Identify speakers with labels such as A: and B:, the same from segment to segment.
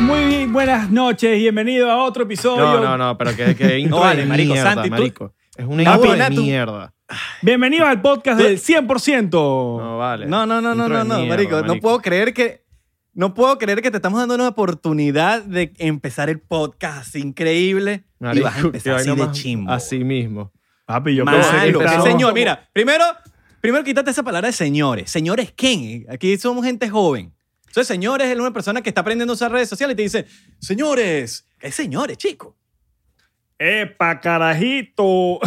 A: Muy buenas noches, bienvenido a otro episodio.
B: No, no, no, pero que, que intro
C: No vale,
B: de
C: marico,
B: mierda,
C: Santi, tú-
B: marico. Es una
C: Ah,
B: intro
C: bueno,
B: de
C: tú-
B: mierda.
A: Bienvenido al podcast del 100%.
B: No vale.
C: No, no, no, no,
B: Intro
C: no,
B: de
C: no,
B: mierda,
C: marico, no puedo creer que no puedo creer que te estamos dando una oportunidad de empezar el podcast así increíble y vas a
B: Marico,
C: empezar
B: qué
C: así
B: vaina
C: de
B: más-
C: chimbo.
B: Así mismo.
A: Papi, yo
C: Malo,
A: pensé que
C: ese
A: estábamos-
C: señor, mira, primero, primero quítate esa palabra de señores. ¿Señores quién? Aquí somos gente joven. Entonces, señores es una persona que está aprendiendo a usar redes sociales y te dice, señores, ¿qué señores, chico?
A: ¡Epa, carajito!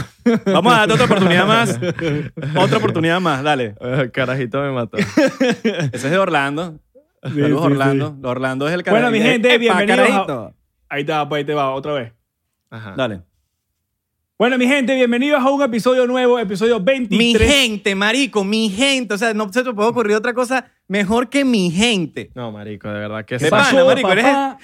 C: Vamos a darte otra oportunidad más. otra oportunidad más, dale.
B: Eh, Carajito me mató.
C: Ese es de Orlando.
A: Sí,
C: Saludos,
A: sí,
C: Orlando. Orlando es el
A: Bueno,
C: cara-
A: mi
C: eh,
A: gente,
C: epa,
A: bienvenidos a-
C: carajito.
A: Ahí te va, pues, ahí te va, otra vez.
B: Ajá.
C: Dale.
A: Bueno, mi gente, bienvenidos a un episodio nuevo, episodio 23.
C: Mi gente, marico, mi gente. O sea, no se te puede ocurrir otra cosa mejor que mi gente.
B: No, marico, de verdad que
C: De
B: sí.
A: ¿Qué pasó,
C: pana, marico, eres-
A: papá?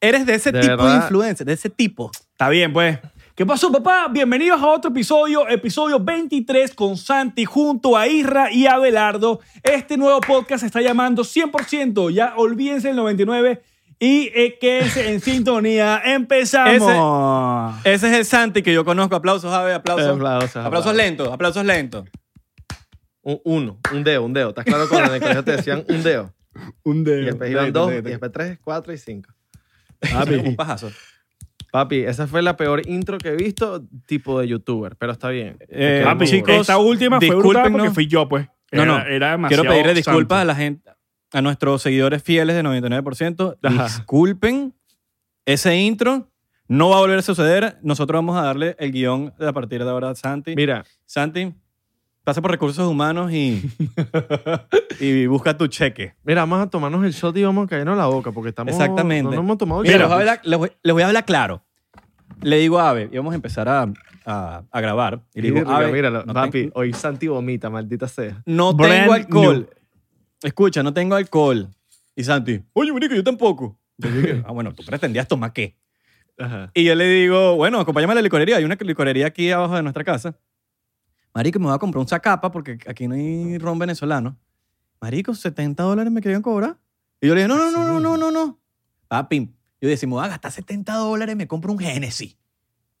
C: Eres de ese
B: De
C: tipo de
B: verdad.
C: influencer, de ese tipo.
A: Está bien, pues. ¿Qué pasó, papá? Bienvenidos a otro episodio, episodio 23 con Santi junto a Isra y Abelardo. Este nuevo podcast se está llamando 100%, ya olvídense el 99 y eh, quédense en sintonía. ¡Empezamos!
C: Ese es el Santi que yo conozco. Aplausos, Ave, aplausos.
B: Eh, aplausos,
C: Aplausos,
B: aplausos.
C: lentos, aplausos lentos.
B: Un- uno, un dedo, un dedo. ¿Estás claro cuando en el colegio te decían un dedo?
A: Un
B: Y
A: dedo.
B: después iban
C: Perfecto,
B: dos, y
C: perfecto.
B: después tres, cuatro y cinco.
C: Eso es como un pajazo.
B: Papi, esa fue la peor intro que he visto, tipo de youtuber, pero está bien.
C: Eh,
B: Porque-
A: Papi,
C: chicos,
A: esta última fue brutal porque
C: discúlpenos.
A: fui yo, pues.
C: No, no.
A: Era- era demasiado
C: Quiero pedirle
A: santo.
C: disculpas a la gente, a nuestros seguidores fieles de 99%.
A: Ajá.
C: Disculpen ese intro. No va a volver a suceder. Nosotros vamos a darle el guión a partir de ahora a Santi.
B: Mira,
C: Santi, pasa por recursos humanos y, y busca tu cheque.
B: mira, vamos a tomarnos el shot y vamos a caernos la boca porque estamos...
C: Exactamente.
B: No nos hemos tomado el
C: Mira, les
B: shot.
C: voy, a hablar, les voy- les voy a hablar claro. Le digo a Ave, y vamos a empezar a, a- a grabar. Y le digo,
B: Mira,
C: Ave,
B: míralo,
C: no
B: papi,
C: ten-
B: hoy Santi vomita, maldita sea.
C: no
A: Brand
C: tengo alcohol.
A: new.
C: Escucha, no tengo alcohol. Y Santi, oye, marico, yo tampoco. Yo dije, ah, bueno, ¿tú pretendías tomar qué?
B: Ajá.
C: Y yo le digo, bueno, acompáñame a la licorería. Hay una licorería aquí abajo de nuestra casa. Marico, me voy a comprar un zacapa porque aquí no hay ron venezolano. Marico, 70 dólares me querían cobrar. Y yo le dije, no, no, no, no, no, no, no. Papi, yo decía, me voy a gastar 70 dólares, me compro un Genesis.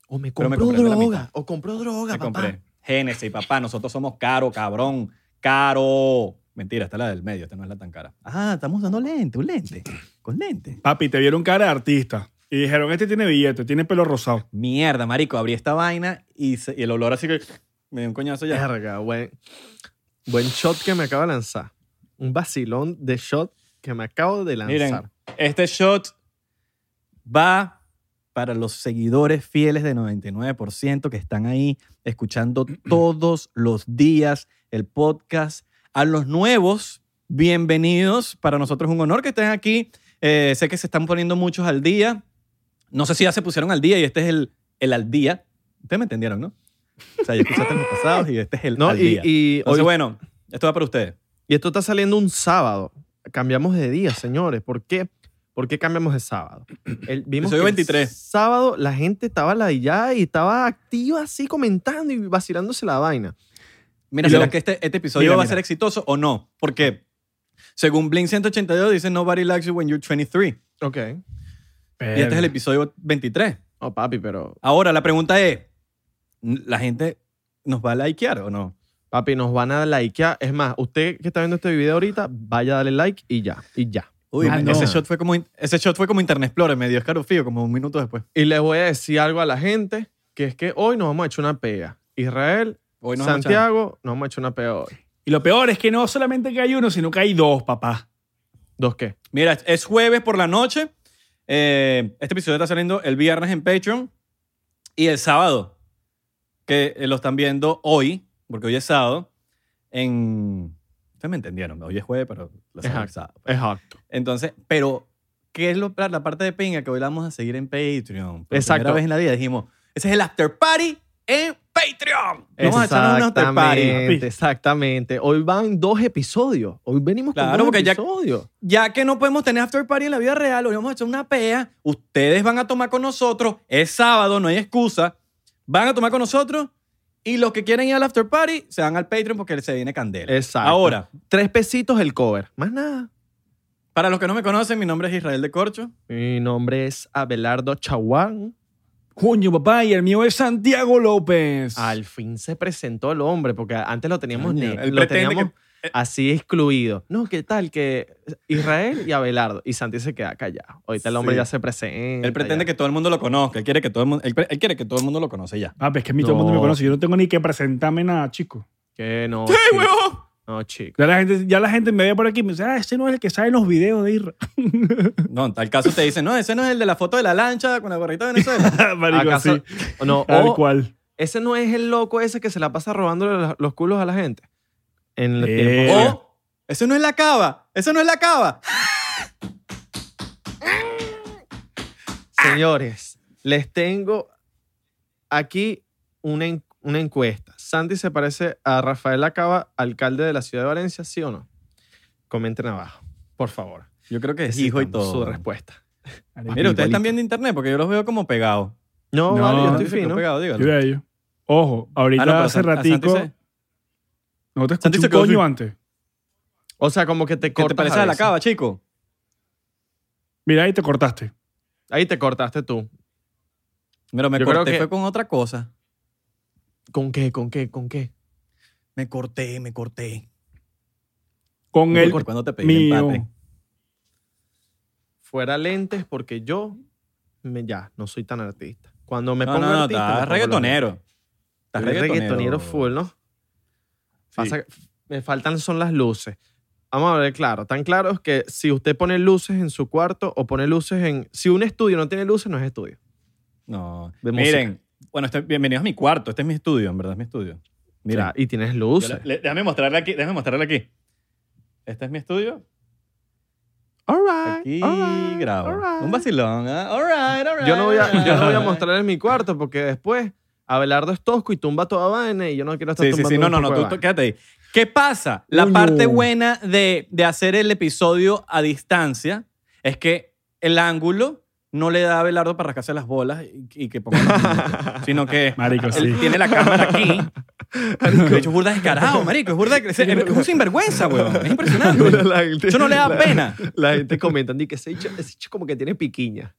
B: O me
C: Pero me
B: compro
C: compré la
B: droga,
C: mitad.
B: o compro droga,
C: Me
B: papá.
C: compré Genesis, papá. Nosotros somos caro, cabrón. Caro. Mentira, esta es la del medio, esta no es la tan cara. Ah, estamos usando lente, un lente. Con lente.
A: Papi, te vieron cara de artista. Y dijeron, este tiene billete, tiene pelo rosado.
C: Mierda, marico, abrí esta vaina y, se- y el olor así que me dio un coñazo ya.
B: Verga, buen, buen shot que me acabo de lanzar. Un vacilón de shot que me acabo de lanzar.
C: Miren, este shot va para los seguidores fieles de 99% que están ahí escuchando todos los días el podcast. A los nuevos, bienvenidos. Para nosotros es un honor que estén aquí. Eh, sé que se están poniendo muchos al día. No sé si ya se pusieron al día y este es el, el al día. Ustedes me entendieron, ¿no? O sea, ya escuchaste los pasados y este es el
B: No,
C: al
B: y,
C: día.
B: y
C: Entonces,
B: hoy-
C: bueno, esto va para ustedes.
B: y esto está saliendo un sábado. Cambiamos de día, señores. ¿Por qué? ¿Por qué cambiamos de sábado? El, vimos
C: Episodio
B: que el
C: 23.
B: sábado la gente estaba ladillada y estaba activa así comentando y vacilándose la vaina.
C: Mira,
A: Y
C: ¿será
A: lo-
C: que este, este episodio
A: Mira,
C: va a
A: mira.
C: ser exitoso o no? Porque según Blink 182 dice Nobody likes you when you're 23.
B: Ok.
C: Y este es el episodio 23.
B: Oh, papi, pero...
C: Ahora, la pregunta es, ¿la gente nos va a likear o no?
B: Papi, nos van a likear. Es más, usted que está viendo este video ahorita, vaya a darle like y ya, y ya.
C: Uy,
A: Ah, no.
C: ese, shot fue como, in- ese shot fue como Internet Explorer, me dio escarofrío como un minuto después.
B: Y les voy a decir algo a la gente, que es que hoy nos vamos a echar una pega. Israel,
C: Hoy nos vamos a-
B: Santiago, nos vamos a echar una pega hoy.
A: Y lo peor es que no solamente que hay uno, sino que hay dos, papá.
B: ¿Dos qué?
C: Mira, es jueves por la noche. Eh, este episodio está saliendo el viernes en Patreon y el sábado, que eh, lo están viendo hoy, porque hoy es sábado, en... Ustedes me entendieron, hoy es jueves, pero la semana es
B: Exacto.
C: sábado.
B: Exacto.
C: Entonces, pero, ¿qué es lo, la parte de pinga que hoy la vamos a seguir en Patreon? Por
B: Exacto.
C: primera vez en la vida dijimos, ese es el after party en Patreon. Vamos a echarnos un after party.
B: Exactamente, exactamente. Hoy van dos episodios. Hoy venimos
C: Claro,
B: con dos
C: porque ya-
B: episodios.
C: Ya que no podemos tener after party en la vida real, hoy vamos a echar una pea. Ustedes van a tomar con nosotros. Es sábado, no hay excusa. Van a tomar con nosotros. Y los que quieren ir al after party se van al Patreon porque se viene candela.
B: Exacto.
C: Ahora,
B: Tres pesitos el cover. Más nada.
C: Para los que no me conocen, mi nombre es Israel de Corcho.
B: Mi nombre es Abelardo Chaguán.
A: Coño, papá, y el mío es Santiago López.
B: Al fin se presentó el hombre, porque antes lo teníamos,
C: Coño,
B: ne-
C: él
B: lo
C: pretende eh,
B: teníamos así excluido. No, ¿qué tal? Que Israel y Abelardo. Y Santi se queda callado. Ahorita el hombre
C: Sí.
B: ya se presenta.
C: Él pretende que todo el mundo lo conozca. Él quiere que todo el mundo, él, pre- él quiere que todo el mundo lo conoce ya.
A: Ah, pues que a mí todo el mundo me
B: No.
A: conoce. Yo no tengo ni que presentarme nada, chico.
B: Que no.
C: ¡Sí,
B: chico.
C: huevón!
B: No, chico.
A: Ya la gente, ya la gente me ve por aquí y me dice, ah, este no es el que sale en los videos de Irra.
C: No, en tal caso te dicen, no, ese no es el de la foto de la lancha con la gorrita de Venezuela.
A: Marico,
B: ¿Acaso-
A: así,
B: o no,
A: tal
B: o
A: cual.
B: ese no es el loco ese que se la pasa robándole los- los culos a la gente. En el
A: Eh.
B: tiempo libre.
C: o, eso no es la cava, eso no es la cava.
B: Señores, les tengo aquí una, en- una encuesta. ¿Santi se parece a Rafael Acaba, alcalde de la ciudad de Valencia, sí o no? Comenten abajo, por favor.
C: Yo creo que es hijo y
B: Necesitamos Su
C: todo.
B: respuesta.
A: Marico,
C: Ah, Mira, ustedes
A: igualito.
C: están viendo internet porque yo los veo como pegados.
B: No,
A: No,
B: vale, yo
A: no
B: Ah, estoy
A: te
B: fino.
C: Pegado, dígalo.
A: Yo era yo. Ojo, ahorita
C: Ah, no, pero
A: hace
C: San- a Santi
A: ratico...
C: se-
A: No te
C: Santi
A: escuché
C: se
A: un
C: quedó
A: coño
C: sin-
A: antes.
B: O sea, como que te
C: ¿Qué te
B: cortas.
C: parece
B: a
C: a la
B: veces.
C: cava, chico?
A: Mira, ahí te cortaste.
B: Ahí te cortaste tú.
C: Mira, me
B: Yo creo
C: corté
B: que-
C: fue con otra cosa.
B: ¿Con qué? ¿Con qué? ¿Con qué?
C: Me corté, me corté.
A: Con
C: Me
A: el
C: corté cuando te pedí el
A: mío.
C: empate.
B: Fuera lentes porque yo me- ya no soy tan artista. Cuando me
C: No,
B: pongo
C: no, no,
B: artista, me
C: estás
B: pongo los lentes.
C: reggaetonero. Estás
B: Soy reggaetonero full, ¿no? Pasa que me faltan son las luces. Vamos a ver, claro. Tan claro es que si usted pone luces en su cuarto o pone luces en... Si un estudio no tiene luces, no es estudio.
C: No.
B: De
C: Miren, bueno, este- bienvenidos a mi cuarto. Este es mi estudio, en verdad, es mi estudio.
B: Mira,
C: Mira,
B: y tienes
C: yo
B: luces.
C: le- le- déjame mostrarle aquí, déjame mostrarle aquí. Este es mi estudio.
B: All right,
C: Aquí
B: all right,
C: grabo.
B: all right.
C: Un vacilón, ¿ah? All right, all right,
B: Yo no, voy a,
C: all
B: yo no voy a
C: right.
B: mostrar en mi cuarto porque después Abelardo es tosco y tumba toda vaina y yo no quiero estar
C: Sí, sí,
B: tumbando
C: sí. No,
B: un
C: no, no.
B: poco de
C: Tú, tú
B: vaina.
C: quédate ahí. ¿Qué pasa? La
A: Coño.
C: parte buena de, de hacer el episodio a distancia es que el ángulo no le da a Belardo para rascarse las bolas y, y que ponga las manitas, sino que
A: Marico, sí.
C: él tiene la cámara aquí. De hecho, es burda descarado, marico. Es burda de- es, es un sinvergüenza, weón. Es impresionante.
B: La gente-
C: Eso no le da
B: la-
C: pena.
B: La gente comentando y que ese hecho, como que tiene piquiña.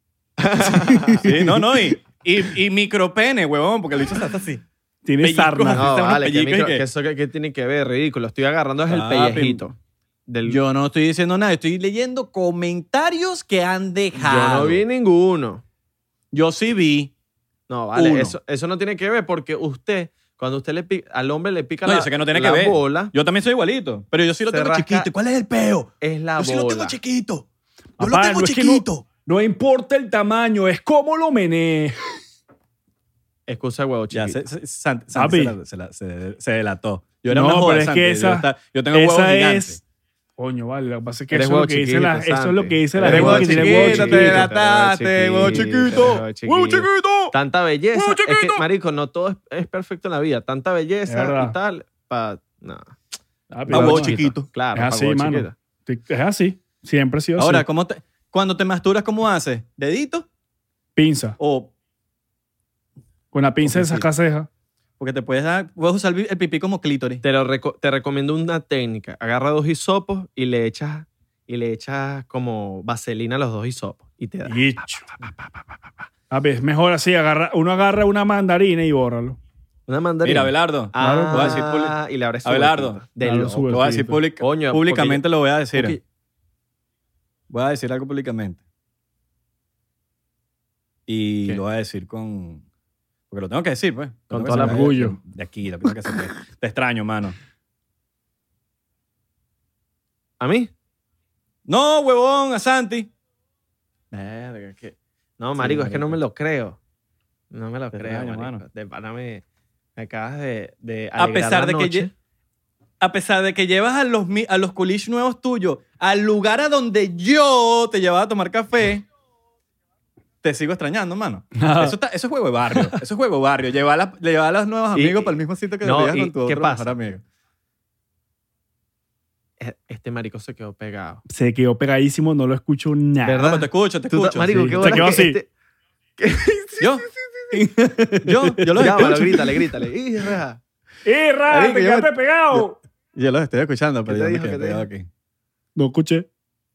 C: Sí, no, no. Y, y, y micropene, weón, porque el bicho está así.
A: Tiene
C: Pellizco.
A: sarna.
C: Está
B: No,
C: unos
B: vale, que,
C: pellizcos y
B: micro-
C: que-
B: que eso que, que tiene que ver, ridículo. Estoy agarrando es el
C: Papi.
B: pellejito. Del,
C: Yo no estoy diciendo nada. Estoy leyendo comentarios que han
B: Yo
C: dejado.
B: no vi ninguno.
C: Yo sí vi.
B: No, vale,
C: Uno.
B: eso, eso no tiene que ver porque usted, cuando usted le pica, al hombre le pica
C: No,
B: la,
C: yo sé que no tiene
B: la
C: que ver.
B: bola,
C: Yo también soy igualito, pero yo sí lo
B: Se
C: tengo
B: rasca-
C: chiquito. ¿Cuál es el peo?
B: es la
C: Yo sí lo tengo
B: bola.
C: chiquito. Yo
A: Papá,
C: lo tengo
A: no es que no-
C: chiquito.
A: No importa el tamaño, es cómo lo meneé.
B: Excusa de huevo chiquito.
C: Ya, se, se, Santi- Santi
A: Papi.
C: se, la- se la- se- se delató. Yo era
A: No,
C: una joda,
A: pero es
C: Santi,
A: que
C: yo
A: esa-
C: estaba- yo tengo huevos
A: Esa
C: gigantes.
A: es. Coño, vale. Lo que pasa es que
B: Eres
A: eso es lo
B: huevo
A: que dice
B: chiquito,
A: la, eso es lo que
B: Santi.
A: dice la
B: Eres
A: gente
B: huevo
A: que tiene
B: chiquito,
A: huevo
B: te
A: chiquito.
B: la-
C: delataste,
B: Huevo chiquito, huevo chiquito. Tanta belleza.
C: ¡Oh,
B: es que,
C: chiquito!
B: marico, no todo es, es perfecto en la vida. Tanta
A: Es
B: belleza
A: verdad.
B: y tal. Pa, no.
A: Ah,
C: Pa'
A: pero
C: huevo
A: no,
C: chiquito.
B: Claro,
A: Es
B: pa'
A: así,
B: huevo
A: mano.
B: chiquito.
A: Es así. Siempre ha sido así.
C: Ahora, ¿cómo te- cuando te masturas, ¿cómo haces? ¿Dedito?
A: pinza.
C: ¿O
A: Con la pinza de esas
B: Sí.
A: casejas.
C: porque te puedes dar, puedes usar el pipí como clítoris?
B: Te, lo reco- te recomiendo una técnica. Agarra dos hisopos y le echas y le echas como vaselina a los dos hisopos y te da.
A: Yicho. A ver, es mejor así. Agarra, uno agarra una mandarina y bórralo.
B: Una mandarina.
C: Mira, Abelardo.
A: Claro,
B: Ah,
C: voy a decir public-
B: y le abres su
C: Abelardo.
B: boquita. De
A: Claro,
B: loco.
A: su
C: Lo voy a decir
A: Pulpito.
C: públic-
B: Coño, porque
C: públicamente, lo voy a decir.
B: Porque-
C: Voy a decir algo públicamente. Y
B: ¿Qué?
C: lo voy a decir con. Porque lo tengo que decir, pues. Lo
B: Con
C: tengo que
B: todo el
C: sacar de-
A: orgullo.
C: De aquí, lo tengo que sacar. Te extraño, mano.
B: ¿A mí?
C: No, huevón, a Santi.
B: Verga, que- No,
C: Sí,
B: marico, es que
C: marico.
B: no me lo creo. No me lo
C: Te
B: creo,
C: extraño,
B: marico.
C: mano.
B: De pana me, me acabas de, de
C: A
B: alegrar
C: pesar
B: la
C: de que
B: noche.
C: lle- A pesar de que llevas a los, mi- a los coolish nuevos tuyos al lugar a donde yo te llevaba a tomar café, te sigo extrañando, mano.
B: Ah.
C: Eso, está- eso es juego de barrio. Eso es juego de barrio. Llevar a, las- llevar a los nuevos
B: Y-
C: amigos para el mismo sitio que
B: no,
C: te llevas
B: y
C: con tu
B: ¿qué
C: otro
B: pasa?
C: mejor amigo.
B: E- Este marico se quedó pegado.
A: Se quedó pegadísimo, no lo escucho nada.
B: ¿Verdad?
C: No, pero Pues te escucho, te
B: Ah, Tú ta-
C: escucho.
B: marico,
A: sí.
B: qué
A: Se
B: bolas
A: quedó
B: que
A: así.
B: este-
C: Yo, yo, yo los
B: Llámalo,
C: escucho.
B: grítale, grítale. Irra.
A: ¡Eh, Ra,
C: Marico,
A: ¡Te
C: yo
A: quedaste
C: me-
A: pegado!
C: Yo los estoy escuchando, pero
B: ¿Qué
C: yo
B: te
C: me
B: dijo?
C: quedé
B: ¿Qué te
C: pegado aquí.
A: No escuché.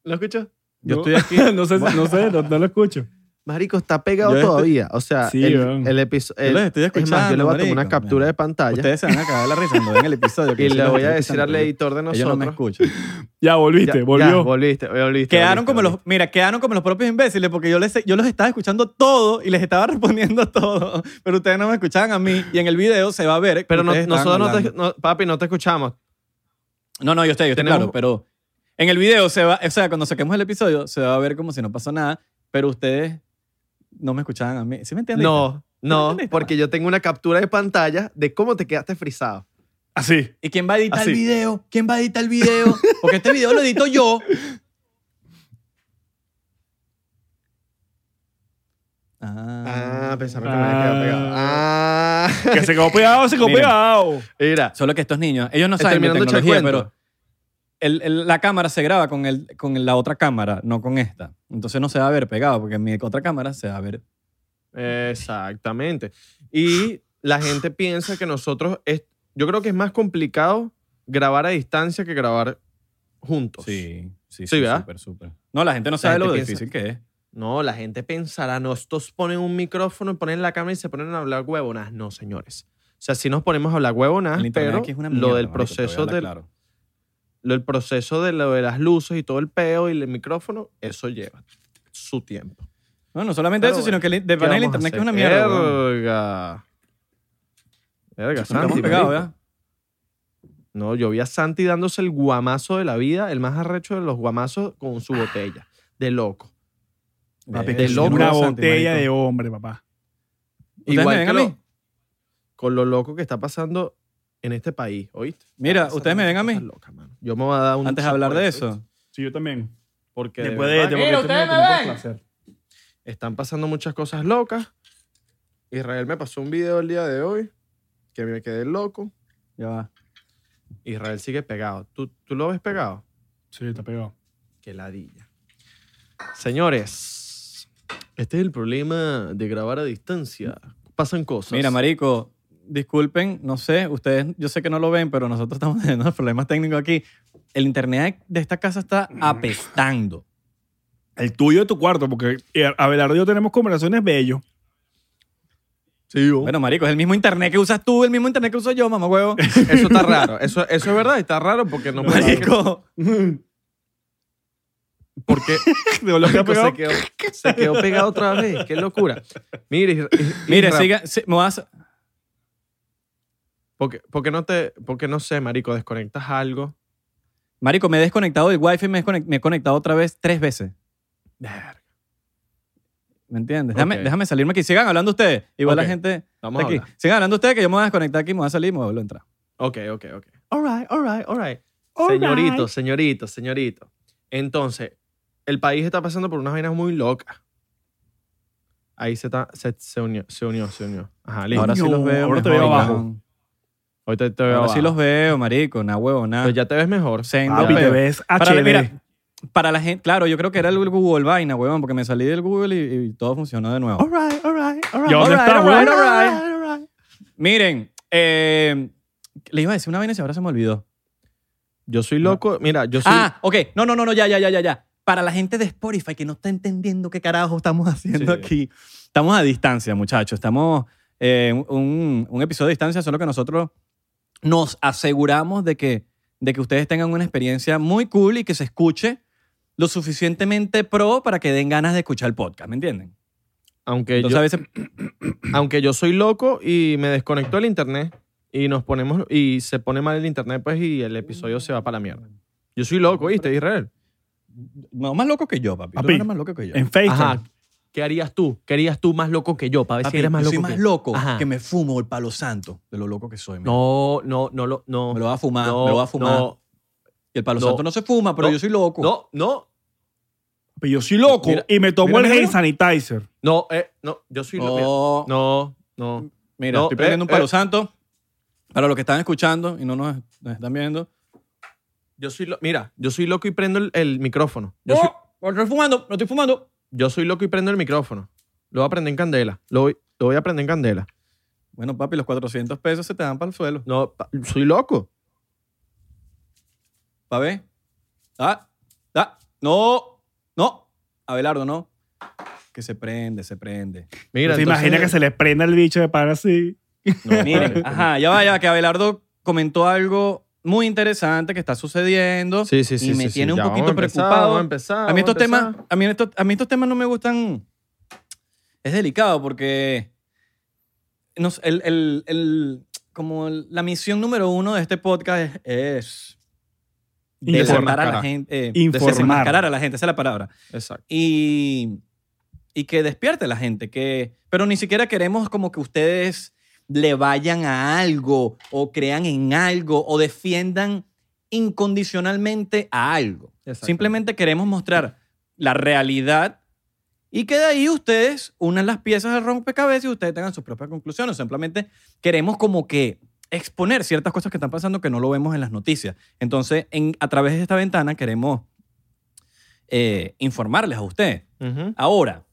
B: ¿Lo escuchó?
C: Yo
A: No.
C: estoy aquí.
A: no sé, no, sé no, no lo escucho.
B: Marico, está pegado
C: Yo estoy-
B: todavía. O sea,
A: Sí,
B: el,
A: weón.
B: el episodio.
C: Yo los estoy
B: Es más, yo le
C: escuchando,
B: voy a tomar una
C: marico.
B: captura de pantalla
C: Ustedes se van a cagar de la risa cuando vean el episodio. que
B: y
C: yo sé
B: le
C: lo que
B: voy a
C: estoy
B: decir
C: escuchando,
B: al
C: pero
B: editor de
C: Ellos no me
B: nosotros.
C: escuchan.
A: Ya volviste,
B: Ya-
A: volvió.
B: ya, volviste, volviste.
C: Quedaron
B: volviste,
C: como los,
B: volviste.
C: mira, quedaron como los propios imbéciles porque yo les, yo los estaba escuchando todo y les estaba respondiendo todo, pero ustedes no me escuchaban a mí y en el video se va a ver. que
B: Pero no-
C: ustedes estaban
B: nosotros no te,
C: hablando.
B: no- papi, no te escuchamos.
C: No, no, yo estoy, yo estoy
B: Tenemos-
C: claro, pero en el video se va, o sea, cuando saquemos el episodio se va a ver como si no pasó nada, pero ustedes no me escuchaban a mí. ¿Sí me entienden?
B: No, no,
C: entendiste,
B: porque yo tengo una captura de pantalla de cómo te quedaste frisado.
A: Así.
C: ¿Y quién va a editar
A: Así.
C: el video? ¿Quién va a editar el video? Porque este video lo edito yo.
B: Ah, pensaron que me había quedado pegado.
A: Ah.
B: Ah.
A: Que se quedó pegado, se quedó
C: Miren.
A: pegado.
B: Mira,
C: Solo que estos niños, ellos no
B: Estoy
C: saben de
B: terminando de echar
C: tecnología,
B: cuento.
C: pero el- el- la cámara se graba con, el, con la otra cámara, no con esta. Entonces no se va a ver pegado, porque en mi otra cámara se va a ver.
B: Exactamente. Y la gente piensa que nosotros es, yo creo que es más complicado grabar a distancia que grabar juntos.
C: sí,
B: Sí, ¿verdad?
C: súper, súper. No, la gente no sabe
B: gente
C: lo
B: piensa-
C: difícil que es.
B: No, la gente pensará, no, estos ponen un micrófono y ponen la cámara y se ponen a hablar huevonas. No, señores. O sea, sí nos ponemos a hablar huevonas,
C: El internet
B: "Ah, pero
C: aquí es una
B: lo
C: mierda,
B: del
C: marico, te voy a
B: proceso
C: hablar
B: del,
C: claro.
B: lo del proceso de lo de las luces y todo el peo y el micrófono, eso lleva su tiempo.
C: No, no solamente
B: Pero
C: eso,
B: bueno,
C: sino que el- de
B: ¿Qué vamos
C: panel el
B: a
C: internet que es una
B: hacer?
C: mierda. weón.
B: Verga. Verga,
C: Nos quedamos
B: Santi,
C: pegados,
B: marico.
C: ¿verdad?
B: No, yo vi a Santi dándose el guamazo de la vida, el más arrecho de los guamazos con
C: Ah.
B: su botella. De loco.
A: Papi,
B: de
A: que
B: loco,
A: una
C: Santi,
A: botella
C: marico.
A: de hombre, papá.
C: ¿Ustedes me ven
B: que
C: a
B: lo-
C: mí?
B: con lo loco que está pasando en este país, ¿oíste? Está
C: Mira,
B: pasando
C: ¿ustedes me ven a mí?
B: cosas locas, mano. Yo me voy a dar un
C: Antes de hablar de
B: chapuazo, ¿oíste?
C: eso.
A: Sí, yo también.
B: Porque de
A: Después de
B: verdad
A: este,
B: que
A: porque este me lo tomé por placer.
B: están pasando muchas cosas locas. Israel me pasó un video el día de hoy que me quedé loco.
C: Ya va.
B: Israel sigue pegado. ¿Tú, tú lo ves pegado?
A: Sí, está pegado.
B: Qué ladilla. Señores, este es el problema de grabar a distancia. Pasan cosas.
C: Mira, marico, disculpen, no sé, ustedes, yo sé que no lo ven, pero nosotros estamos teniendo unos problemas técnicos aquí. El internet de esta casa está apestando.
A: El tuyo de tu cuarto, porque eh, Abelardo y yo tenemos conversaciones bello.
B: Sí, vos.
C: Bueno, marico, es el mismo internet que usas tú, el mismo internet que uso yo, mamá huevo.
B: eso está raro. Eso, eso es verdad, está raro porque no puede ser que-
C: Marico,
B: Porque
A: De lo que ha
B: Marico,
A: pegado.
B: se, quedó, se quedó pegado otra vez. Qué locura. Mire, Isra- Is-
C: mire,
B: Isra,
C: siga, si- me vas-
B: Porque, porque no te, porque no sé, marico, desconectas algo.
C: Marico, me he desconectado del wifi, me, he desconect- me he conectado otra vez tres veces. ¿Me entiendes? Déjame,
B: Ok.
C: déjame salirme aquí. Sigan hablando ustedes. Igual
B: Ok.
C: la gente está
B: Vamos a
C: aquí.
B: hablar.
C: Sigan hablando ustedes que yo me voy a desconectar aquí, me voy a salir y me vuelvo a entrar.
B: Ok, ok, ok. All right, all right, all right.
A: All
B: señorito,
A: right.
B: señorito, señorito. Entonces, el país está pasando por unas vainas muy locas. Ahí se, ta- se, se unió, se unió, se unió. Ajá, listo.
C: Ahora sí los
A: Coño,
C: veo.
A: ahora te
C: mejor,
A: veo abajo.
C: weón.
B: Ahorita te veo
C: Ahora sí
B: abajo.
C: los veo, marico. Na huevo, na.
B: Pero ya te ves mejor.
C: Sendo
A: Papi, te
C: pedo.
A: ves
C: Para la,
A: HD.
C: mira, para la gente, claro, yo creo que era el Google vaina, huevón, porque me salí del Google y, y todo funcionó de nuevo.
B: right, all right, all
A: ¿Y dónde está,
C: alright,
A: weón?
C: alright, Miren, eh, le iba a decir una vaina y ahora se me olvidó.
B: Yo soy loco. Mira, yo soy.
C: Ah, ok. No, no, no, no, ya, ya, ya, ya, ya. Para la gente de Spotify que no está entendiendo qué carajo estamos haciendo
B: Sí.
C: aquí. Estamos a distancia, muchachos. Estamos eh, un, un episodio de distancia, solo que nosotros nos aseguramos de que, de que ustedes tengan una experiencia muy cool y que se escuche lo suficientemente pro para que den ganas de escuchar el podcast, ¿me entienden?
B: aunque Eh,
C: Entonces
B: yo,
C: a veces
B: aunque yo soy loco y me desconecto del internet y nos ponemos y se pone mal el internet pues y el episodio se va para la mierda. Yo soy loco, ¿viste, Israel?
C: No, más loco que yo, papi. Tú
A: Papi,
C: eres más loco que yo.
A: En Facebook.
B: Ajá. ¿Qué harías tú? ¿Qué harías tú más loco que yo? Para ver
C: Papi,
B: si eres más
C: yo
B: loco.
C: soy más
B: que...
C: loco
B: Ajá.
C: que me fumo el palo santo de lo loco que soy. mira.
B: No, no, no, lo- no.
C: Me lo va a fumar,
B: no,
C: me lo va a fumar.
B: No,
C: y el palo
B: no,
C: santo no se fuma, pero
B: no,
C: yo soy loco.
B: no, no,
A: Pero yo soy loco
B: Mira,
A: y me tomo
B: mira,
A: el
B: mira.
A: hand sanitizer.
B: no, eh, no, yo soy loco.
C: No,
B: No, no.
C: Mira,
B: no,
C: estoy prendiendo
B: eh,
C: un palo
B: eh.
C: santo. Para los que están escuchando y no nos, nos están viendo.
B: Yo soy lo- Mira, yo soy loco y prendo el, el micrófono. Yo, soy,
C: ¡No! ¡Lo estoy fumando! ¡Lo estoy fumando!
B: yo soy loco y prendo el micrófono. Lo voy a prender en candela. Lo voy, lo voy a prender en candela.
C: Bueno, papi, los 400 pesos se te dan para el suelo.
B: No, pa- soy loco.
C: ¿Para ver? ¡Ah! ¡Ah! ¡No! No, Abelardo, no. Que se prende, se prende.
B: Mira,
A: ¿Te
B: entonces-
A: imaginas que se les prenda el bicho de pan así?
B: No,
C: Miren,
B: vale.
C: ajá, ya va, ya va, que Abelardo comentó algo muy interesante que está sucediendo.
B: Sí, sí, sí.
C: Y me
B: sí, sí.
C: tiene un
B: Ya,
C: poquito
B: vamos a empezar,
C: preocupado.
B: vamos a empezar.
C: A mí
B: vamos
C: estos
B: a empezar.
C: temas, a mí estos, a mí estos temas no me gustan. Es delicado porque no sé, el, el- el- como el- la misión número uno de este podcast es,
A: Informar.
C: desenmascarar a la
B: Informar.
C: gente, eh, desenmascarar
A: Informar.
C: a la gente, esa es la palabra
B: Exacto.
C: y, y que despierte a la gente. Que, pero ni siquiera queremos como que ustedes le vayan a algo o crean en algo o defiendan incondicionalmente a algo.
B: Exactamente.
C: Simplemente queremos mostrar la realidad y que de ahí ustedes unan las piezas del rompecabezas y ustedes tengan sus propias conclusiones. Simplemente queremos como que exponer ciertas cosas que están pasando que no lo vemos en las noticias. Entonces, en- a través de esta ventana queremos eh, informarles a ustedes.
B: Ujú.
C: Ahora,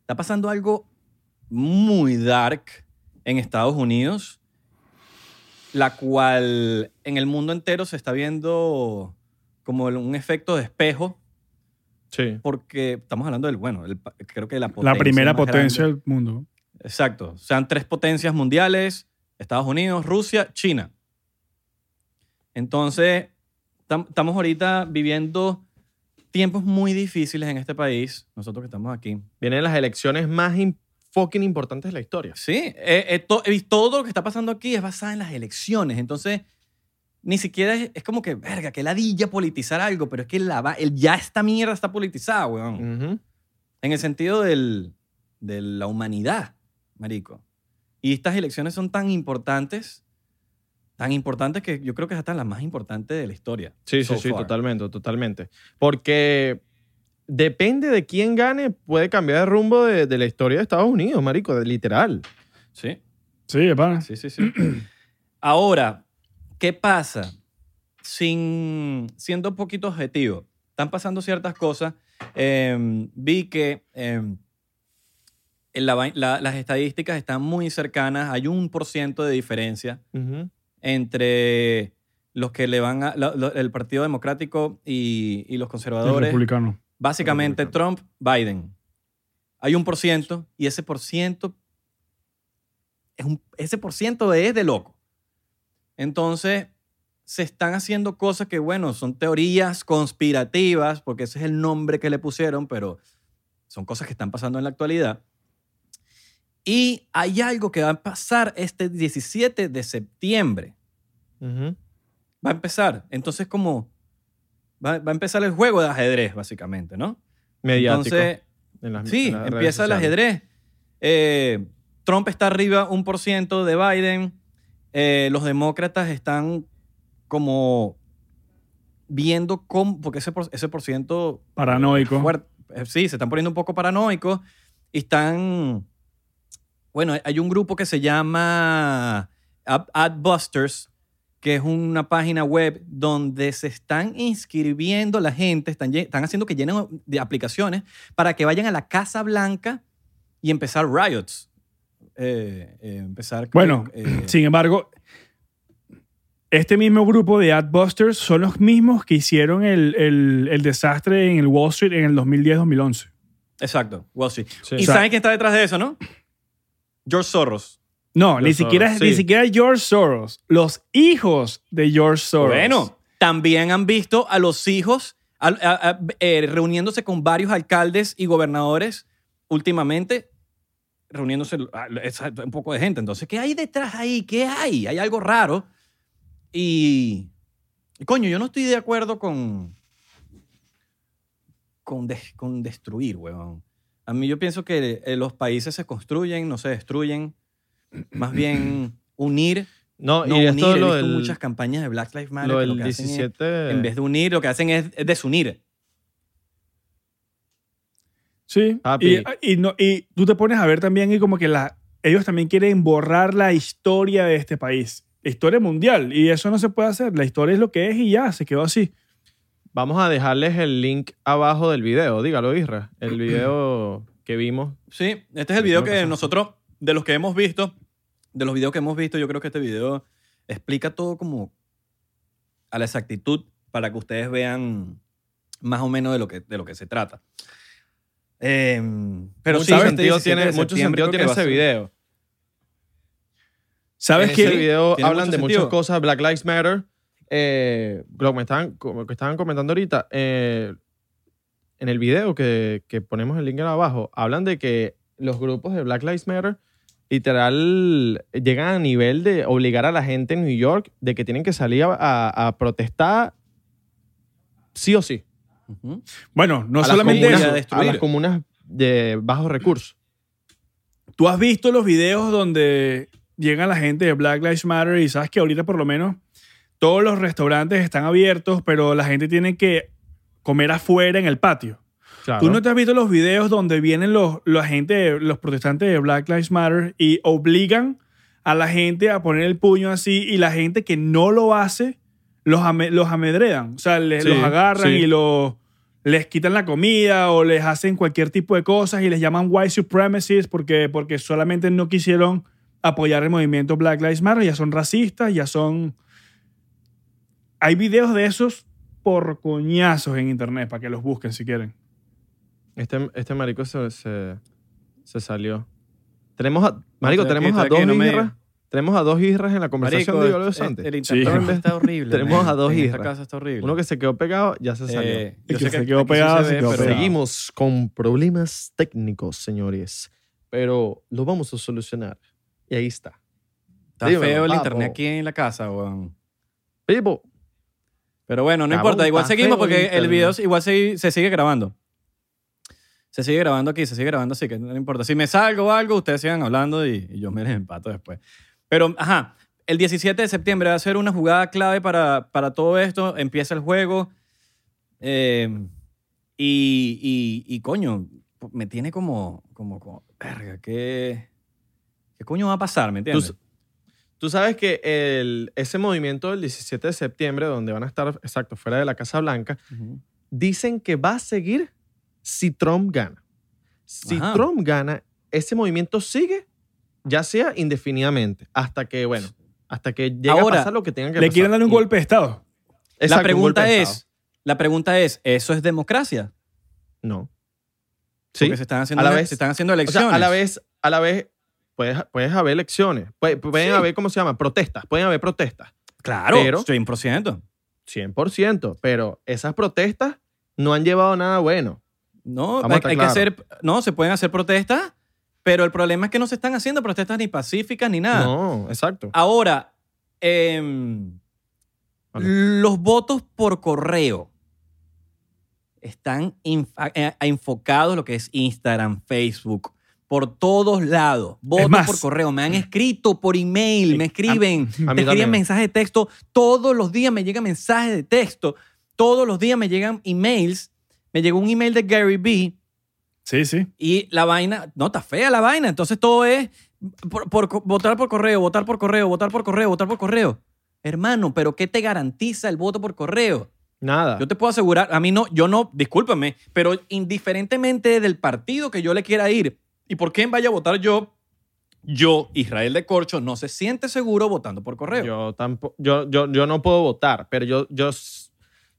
C: está pasando algo muy dark en Estados Unidos, la cual en el mundo entero se está viendo como el- un efecto de espejo,
B: Sí.
C: porque estamos hablando del, bueno, el pa- creo que la potencia.
A: La primera
C: más
A: potencia
C: grande-
A: del mundo.
C: Exacto. Sean tres potencias mundiales, Estados Unidos, Rusia, China. Entonces, tam- estamos ahorita viviendo tiempos muy difíciles en este país, nosotros que estamos aquí.
B: Vienen las elecciones más im- fucking importantes de la historia.
C: Sí, eh, eh, to- y todo lo que está pasando aquí es basado en las elecciones. Entonces, ni siquiera es, es como que, verga, que ladilla politizar algo, pero es que la va- el, ya esta mierda está politizada, weón.
B: Ujú.
C: En el sentido del, de la humanidad, marico. Y estas elecciones son tan importantes, tan importantes que yo creo que es hasta la más importante de la historia.
B: Sí, sí,
C: so
B: sí,
C: far.
B: totalmente, totalmente. Porque depende de quién gane, puede cambiar el rumbo de, de la historia de Estados Unidos, marico, de- literal.
C: Sí.
A: Sí, es pana.
C: Sí, sí, sí. Ahora, ¿qué pasa? Sin, siendo un poquito objetivo, están pasando ciertas cosas. Eh, vi que eh, en la vai- la- las estadísticas están muy cercanas, hay un por ciento de diferencia
B: Ujú.
C: entre los que le van a, lo- lo- el Partido Democrático y, y los
A: El
C: conservadores.
A: republicano.
C: Básicamente Trump, Biden. Hay un por ciento y ese por ciento es un- ese por ciento es de loco. Entonces, se están haciendo cosas que, bueno, son teorías conspirativas, porque ese es el nombre que le pusieron, pero son cosas que están pasando en la actualidad. Y hay algo que va a pasar este 17 de septiembre
B: Ujú.
C: va a empezar. Entonces, como va, va a empezar el juego de ajedrez, básicamente, ¿no?
B: Mediático.
C: Entonces,
B: en las-
C: sí,
B: en las redes
C: empieza el
B: sociales.
C: ajedrez. Eh, Trump está arriba un por ciento de Biden. Eh, los demócratas están como viendo cómo, porque ese por, ese por ciento
A: Paranoico.
C: fuerte. Eh, Sí, se están poniendo un poco paranoicos y están... Bueno, hay- hay un grupo que se llama Ad- Adbusters, que es una página web donde se están inscribiendo la gente, están, lle- están haciendo que llenen de aplicaciones para que vayan a la Casa Blanca y empezar riots. Eh, eh, empezar...
A: Bueno,
C: eh,
A: Sin embargo, este mismo grupo de Adbusters son los mismos que hicieron el, el- el desastre en el Wall Street en el 2010-2011.
C: Exacto, Wall Street.
B: Sí.
C: Y
A: O sea-
C: ¿saben quién está detrás de eso, no? George Soros.
A: No, ni
B: George
A: siquiera,
B: Soros,
A: ni
B: sí.
A: siquiera George Soros. Los hijos de George Soros.
C: Bueno, también han visto a los hijos al- a- a- eh, reuniéndose con varios alcaldes y gobernadores últimamente, reuniéndose ah, es un poco de gente. Entonces, ¿qué hay detrás ahí? ¿Qué hay? Hay algo raro. Y, y coño, yo no estoy de acuerdo con con, des- con destruir, weón. A mí yo pienso que eh, los países se construyen, no se destruyen. Más bien unir,
B: No,
C: no
B: y
C: unir.
B: esto
C: He
B: lo
C: visto
B: del,
C: muchas campañas de Black Lives Matter.
B: lo
C: que
B: del
C: que hacen es-
B: 17.
C: en vez de unir, lo que hacen es, es desunir.
A: Sí.
B: Papi.
A: Y, y no- y tú te pones a ver también y como que la, ellos también quieren borrar la historia de este país. La historia mundial. Y eso no se puede hacer. La historia es lo que es y ya, se quedó así.
B: Vamos a dejarles el link abajo del video, dígalo, Isra. El video que vimos.
C: Sí, este es el
B: Pero
C: video
B: ¿qué me
C: que
B: pasa?
C: nosotros, de los que hemos visto, de los videos que hemos visto, yo creo que este video explica todo como a la exactitud para que ustedes vean más o menos de lo que, de lo que se trata. Em, pero
B: mucho
C: sí, este
B: sentido
C: 17
B: tiene,
C: de
B: mucho
C: septiembre
B: sentido
C: creo que
B: tiene
C: va a
B: ese
C: ser-
B: video.
A: ¿Sabes
B: en
A: qué?
B: ese video
C: tiene
B: hablan
C: mucho
B: de muchas
C: sentido.
B: cosas, Black Lives Matter, eh, lo que me estaban, como que estaban comentando ahorita, eh, en el video que, que ponemos el link abajo, hablan de que los grupos de Black Lives Matter literal llegan a nivel de obligar a la gente en New York de que tienen que salir a, a- a protestar sí o sí.
C: Ujú.
A: Bueno, no
B: a las
A: solamente
B: comunas-
A: eso.
B: a las
C: destruir.
B: comunas de bajos recursos.
A: Tú has visto los videos donde llega la gente de Black Lives Matter y sabes que ahorita por lo menos todos los restaurantes están abiertos, pero la gente tiene que comer afuera en el patio. ¿Tú no te has visto los videos donde vienen los, la gente, los protestantes de Black Lives Matter y obligan a la gente a poner el puño así y la gente que no lo hace los, ame- los amedredan? O sea, le-
B: Sí,
A: los agarran
B: sí.
A: y los, les quitan la comida o les hacen cualquier tipo de cosas y les llaman white supremacists porque, porque solamente no quisieron apoyar el movimiento Black Lives Matter. Ya son racistas, ya son... Hay videos de esos por coñazos en internet para que los busquen si quieren.
B: Este, este marico se, se, se salió. Tenemos a, marico,
C: estoy aquí,
B: tenemos,
C: estoy
B: a dos
C: aquí, no me-
B: birras, tenemos a dos birras en la conversación
C: Marico,
B: de Yolo de
C: el-
B: Santi.
C: El internet
A: Sí.
C: está horrible.
B: Tenemos
C: man.
B: a dos
C: En esta
B: hijas.
C: casa está horrible.
B: Uno que se quedó pegado ya se salió.
C: Eh,
A: El
C: yo
A: que
C: sé
A: se quedó
C: aquí sí
A: pegado, se
C: ve,
A: quedó
C: pero-
A: pegado.
B: Seguimos con problemas técnicos, señores. Pero lo vamos a solucionar. Y ahí está.
C: Está
B: Dímelo,
C: feo el
B: papo.
C: internet aquí en la casa, weón.
B: Pipo.
C: Pero bueno, no
B: Cabrón,
C: importa. Igual
B: está
C: seguimos
B: feo el
C: porque el
B: internet.
C: video igual se, se sigue grabando. Se sigue grabando aquí, se sigue grabando, así que no importa. Si me salgo o algo, ustedes sigan hablando y, y yo me les empato después. Pero, ajá, el 17 de septiembre va a ser una jugada clave para, para todo esto. Empieza el juego. eh, y, y- y, coño, me tiene como, como, como, verga, ¿qué, ¿qué coño va a pasar? ¿Me entiendes?
B: Tú, tú sabes que el, ese movimiento del 17 de septiembre, donde van a estar, exacto, fuera de la Casa Blanca,
C: Ujú.
B: dicen que va a seguir si Trump gana. Si
C: Ajá.
B: Trump gana, ese movimiento sigue, ya sea indefinidamente, hasta que, bueno, hasta que llegue
C: Ahora,
B: a pasar lo que tengan que
A: Le
B: pasar.
A: quieren dar un
B: Y-
A: golpe de Estado.
B: Exacto,
C: la
B: un golpe
C: pregunta
B: de
C: es,
B: Estado.
C: la pregunta es, ¿eso es democracia?
B: No.
C: Porque se están haciendo,
B: A la
C: ele-
B: vez-
C: se están haciendo
B: O
C: elecciones.
B: sea, a la vez, a la vez, puedes, puedes haber elecciones, puede- pueden
C: Sí.
B: haber, ¿cómo se llama? Protestas, pueden haber protestas.
C: Claro,
B: pero-
C: 100%.
B: 100%, pero esas protestas no han llevado nada bueno.
C: No,
B: Vamos a
C: hay,
B: estar
C: hay que
B: claros.
C: hacer, no, se pueden hacer protestas, pero el problema es que no se están haciendo protestas ni pacíficas ni nada.
B: No, exacto.
C: Ah, Ahora, em, los votos por correo están infa- eh, enfocados lo que es Instagram, Facebook, por todos lados. Votos
A: más-
C: por correo. Me han escrito por email, me escriben,
B: a mí
C: me escriben
B: también.
C: mensajes de texto. Todos los días me llegan mensajes de texto. Todos los días me llegan emails. Me llegó un email de Gary Vee
A: Sí, sí.
C: y la vaina, no, está fea la vaina. Entonces todo es por, por co- votar por correo, votar por correo, votar por correo, votar por correo. Hermano, pero ¿qué te garantiza el voto por correo?
B: Nada.
C: Yo te puedo asegurar, a mí no, yo no, discúlpame, pero indiferentemente del partido que yo le quiera ir y por quién vaya a votar yo, yo, Israel de Corcho, no se siente seguro votando por correo.
B: Yo tampoco, yo, yo, yo no puedo votar, pero yo, yo, s-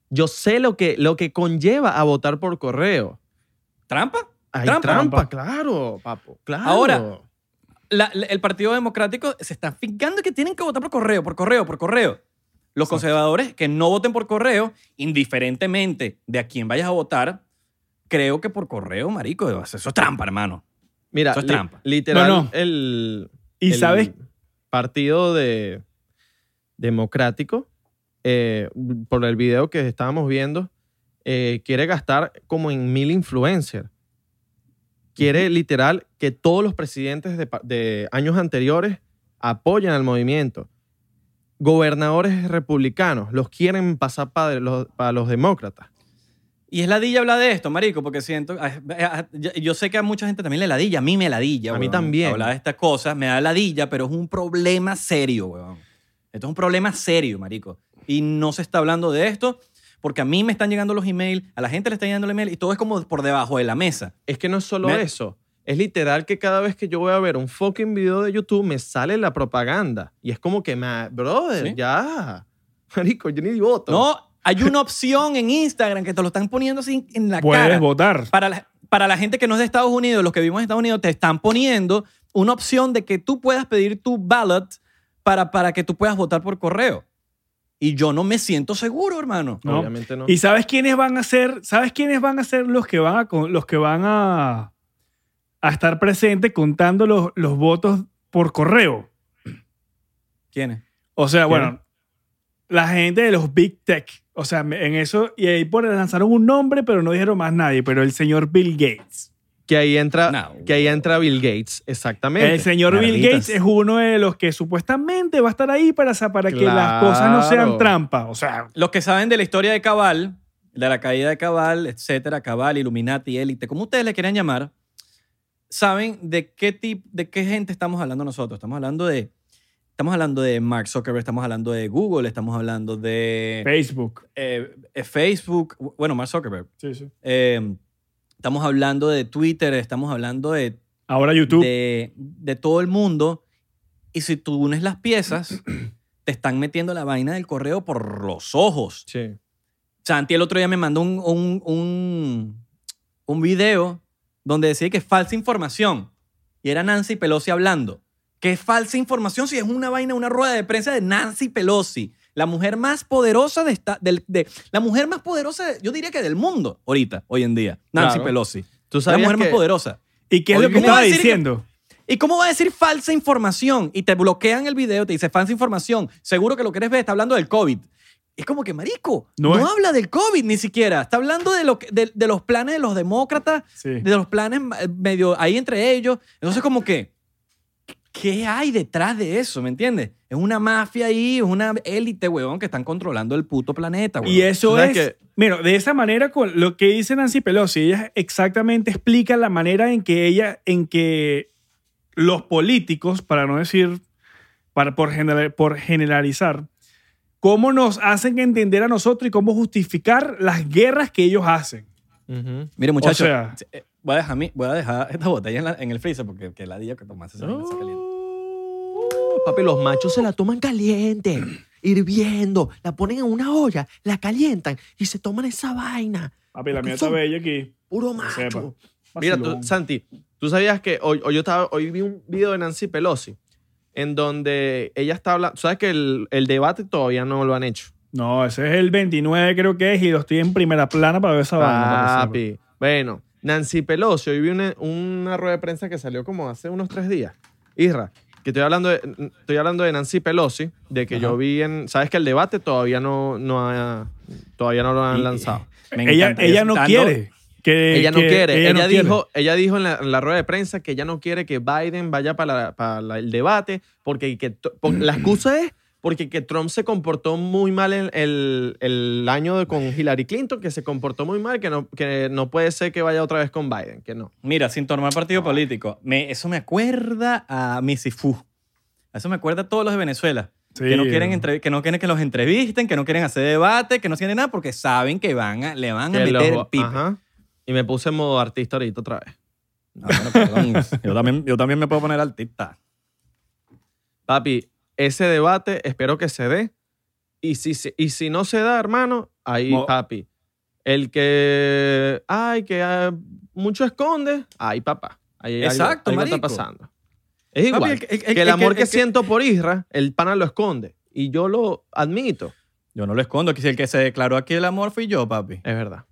B: yo sé lo que, lo que conlleva a votar por correo.
C: ¿Trampa?
B: Hay
C: Trampa.
B: trampa, claro, papo, claro.
C: Ahora, La- la- el Partido Democrático se está fijando que tienen que votar por correo, por correo, por correo. Los
B: Exacto.
C: conservadores que no voten por correo, indiferentemente de a quién vayas a votar, creo que por correo, marico, eso es trampa, hermano.
B: mira,
C: eso es
B: li-
C: trampa.
B: literal,
A: No, no.
B: el,
A: Y
B: el
A: sabes,
B: partido de democrático, eh, por el video que estábamos viendo, eh, quiere gastar como en mil influencers. Quiere literal que todos los presidentes de, pa- de años anteriores apoyen al movimiento. Gobernadores republicanos los quieren pasar para los, para los demócratas.
C: Y es ladilla hablar de esto, marico, porque siento. ah, ah, Yo yo sé que a mucha gente también le ladilla, a mí me ladilla.
B: A mí
C: weón.
B: también.
C: Hablar de estas cosas me da ladilla, pero es un problema serio, weón. Esto es un problema serio, marico. Y no se está hablando de esto porque a mí me están llegando los emails, a la gente le están llegando el email y todo es como por debajo de la mesa.
B: Es que no es solo
C: Me-
B: eso. Es literal que cada vez que yo voy a ver un fucking video de YouTube me sale la propaganda. Y es como que, me, brother,
C: ¿Sí?
B: ya. Marico, yo ni voto.
C: No, Hay una opción en Instagram que te lo están poniendo así en la
A: Puedes
C: cara.
A: votar.
C: Para la, para la gente que no es de Estados Unidos, los que vivimos en Estados Unidos, te están poniendo una opción de que tú puedas pedir tu ballot para, para que tú puedas votar por correo. Y yo no me siento seguro, hermano.
A: No.
B: Obviamente no.
A: ¿Y sabes quiénes van a ser? ¿Sabes quiénes van a ser los que van a con- los que van a, a estar presentes contando los, los votos por correo?
C: ¿Quién es?
A: O sea,
C: ¿Quién?
A: bueno, la gente de los Big Tech. O sea, me- en eso y ahí por lanzaron un nombre, pero no dijeron más nadie, pero el señor Bill Gates.
B: Que ahí entra,
C: No.
B: que ahí entra Bill Gates, exactamente.
A: El señor Bill
C: Malditas.
A: Gates es uno de los que supuestamente va a estar ahí para, sa- para que las cosas no
B: Claro.
A: sean trampa. O sea,
C: Los que saben de la historia de Cabal, de la caída de Cabal, etcétera, Cabal, Illuminati, élite, como ustedes le quieran llamar, saben de qué tipo, de qué gente estamos hablando nosotros. Estamos hablando de, estamos hablando de Mark Zuckerberg, estamos hablando de Google, estamos hablando de
A: Facebook.
C: eh, eh, Facebook, bueno, Mark Zuckerberg.
A: Sí, sí.
C: Eh, estamos hablando de Twitter, estamos hablando de
A: Ahora YouTube.
C: de, de todo el mundo. Y si tú unes las piezas, te están metiendo la vaina del correo por los ojos.
B: Sí.
C: Santi el otro día me mandó un, un, un, un video donde decía que es falsa información. Y era Nancy Pelosi hablando. Que es falsa información si es una vaina, una rueda de prensa de Nancy Pelosi, la mujer más poderosa de esta, del, de la mujer más poderosa, yo diría que del mundo ahorita, hoy en día, Nancy
B: Claro.
C: Pelosi,
B: Tú
C: la
B: sabías
C: mujer más
B: que-
C: poderosa.
A: ¿Y qué es lo que
C: Oye, ¿cómo va
A: estaba
C: a decir que-
A: diciendo?
C: ¿Y cómo va a decir falsa información? Y te bloquean el video, te dice falsa información. Seguro que lo quieres ver, está hablando del COVID. Es como que, marico,
A: No
C: no,
A: es-
C: habla del COVID ni siquiera. Está hablando de, lo que- de, de los planes de los demócratas,
A: Sí.
C: de los planes eh, medio ahí entre ellos. Entonces, como que, ¿qué hay detrás de eso? ¿Me entiendes? Es una mafia ahí, es una élite, huevón, que están controlando el puto planeta, huevón.
A: Y eso es,
B: ¿Sabes qué?
A: mira, de esa manera con lo que dice Nancy Pelosi, ella exactamente explica la manera en que ella, en que los políticos, para no decir, para, por, general- por generalizar, cómo nos hacen entender a nosotros y cómo justificar las guerras que ellos hacen.
B: Ujú.
C: Mire, muchachos,
A: sea-
C: eh, voy, a dejar mi- voy a dejar esta botella en, la- en el freezer porque que ladilla que tomaste esa vaina, esa caliente.
B: Oh,
D: Papi, los machos se la toman caliente, hirviendo, la ponen en una olla, la calientan y se toman esa vaina.
A: Papi,
D: la mía está bella
A: aquí.
D: Puro
A: sepa.
D: macho.
B: Mira, tú, Santi, tú sabías que hoy, hoy yo estaba, hoy vi un video de Nancy Pelosi en donde ella está hablando. Sabes que el, el debate todavía no lo han hecho.
A: No, ese es el 29 creo que es y lo estoy en primera plana para ver esa vaina. para que sepa.
B: Papi. Bueno, Nancy Pelosi, hoy vi una, una rueda de prensa que salió como hace unos tres días. Isra, que estoy hablando de, estoy hablando de Nancy Pelosi, de que yo vi en. Sabes que el debate todavía no, no, ha- todavía no lo han
C: Y-
B: lanzado.
C: Me
A: Ella,
C: encanta.
A: ella no
C: Dando-
A: quiere. que-
B: Ella no
A: Eh, que-
B: quiere. Ella,
A: no quiere.
B: dijo, ella dijo en la, en la rueda de prensa que ella no quiere que Biden vaya para, la- para la- el debate porque que to- por- la excusa es porque que Trump se comportó muy mal en el, el año de- con Hillary Clinton, que se comportó muy mal, que no, que no puede ser que vaya otra vez con Biden, que no.
C: Mira, sin tomar partido político, me, eso me acuerda a Misifú. Eso me acuerda a todos los de Venezuela.
A: Sí.
C: Que, no quieren entrev- que no quieren que los entrevisten, que no quieren hacer debate, que no quieren nada porque saben que van a, le van a
B: Que
C: meter
B: los-
C: el pipe.
B: ajá. Y me puse en modo artista ahorita otra vez.
C: No, bueno, perdón. yo, también, yo también me puedo poner altita.
B: Papi, ese debate espero que se dé. Y si, se- y si no se da, hermano, ahí,
A: Mo-
B: papi. El que, ay, que ah, mucho esconde, ay, papá. Ahí hay algo-
C: Exacto,
B: algo está
C: marico.
B: pasando. Es igual.
C: Papi, el-
B: que,
C: el-
B: el,
C: el- el-
B: amor que,
C: el-
B: siento por Isra, el pana lo esconde. Y yo lo admito.
C: Yo no lo escondo. que si El que se declaró aquí el amor fui yo, papi.
B: Es verdad.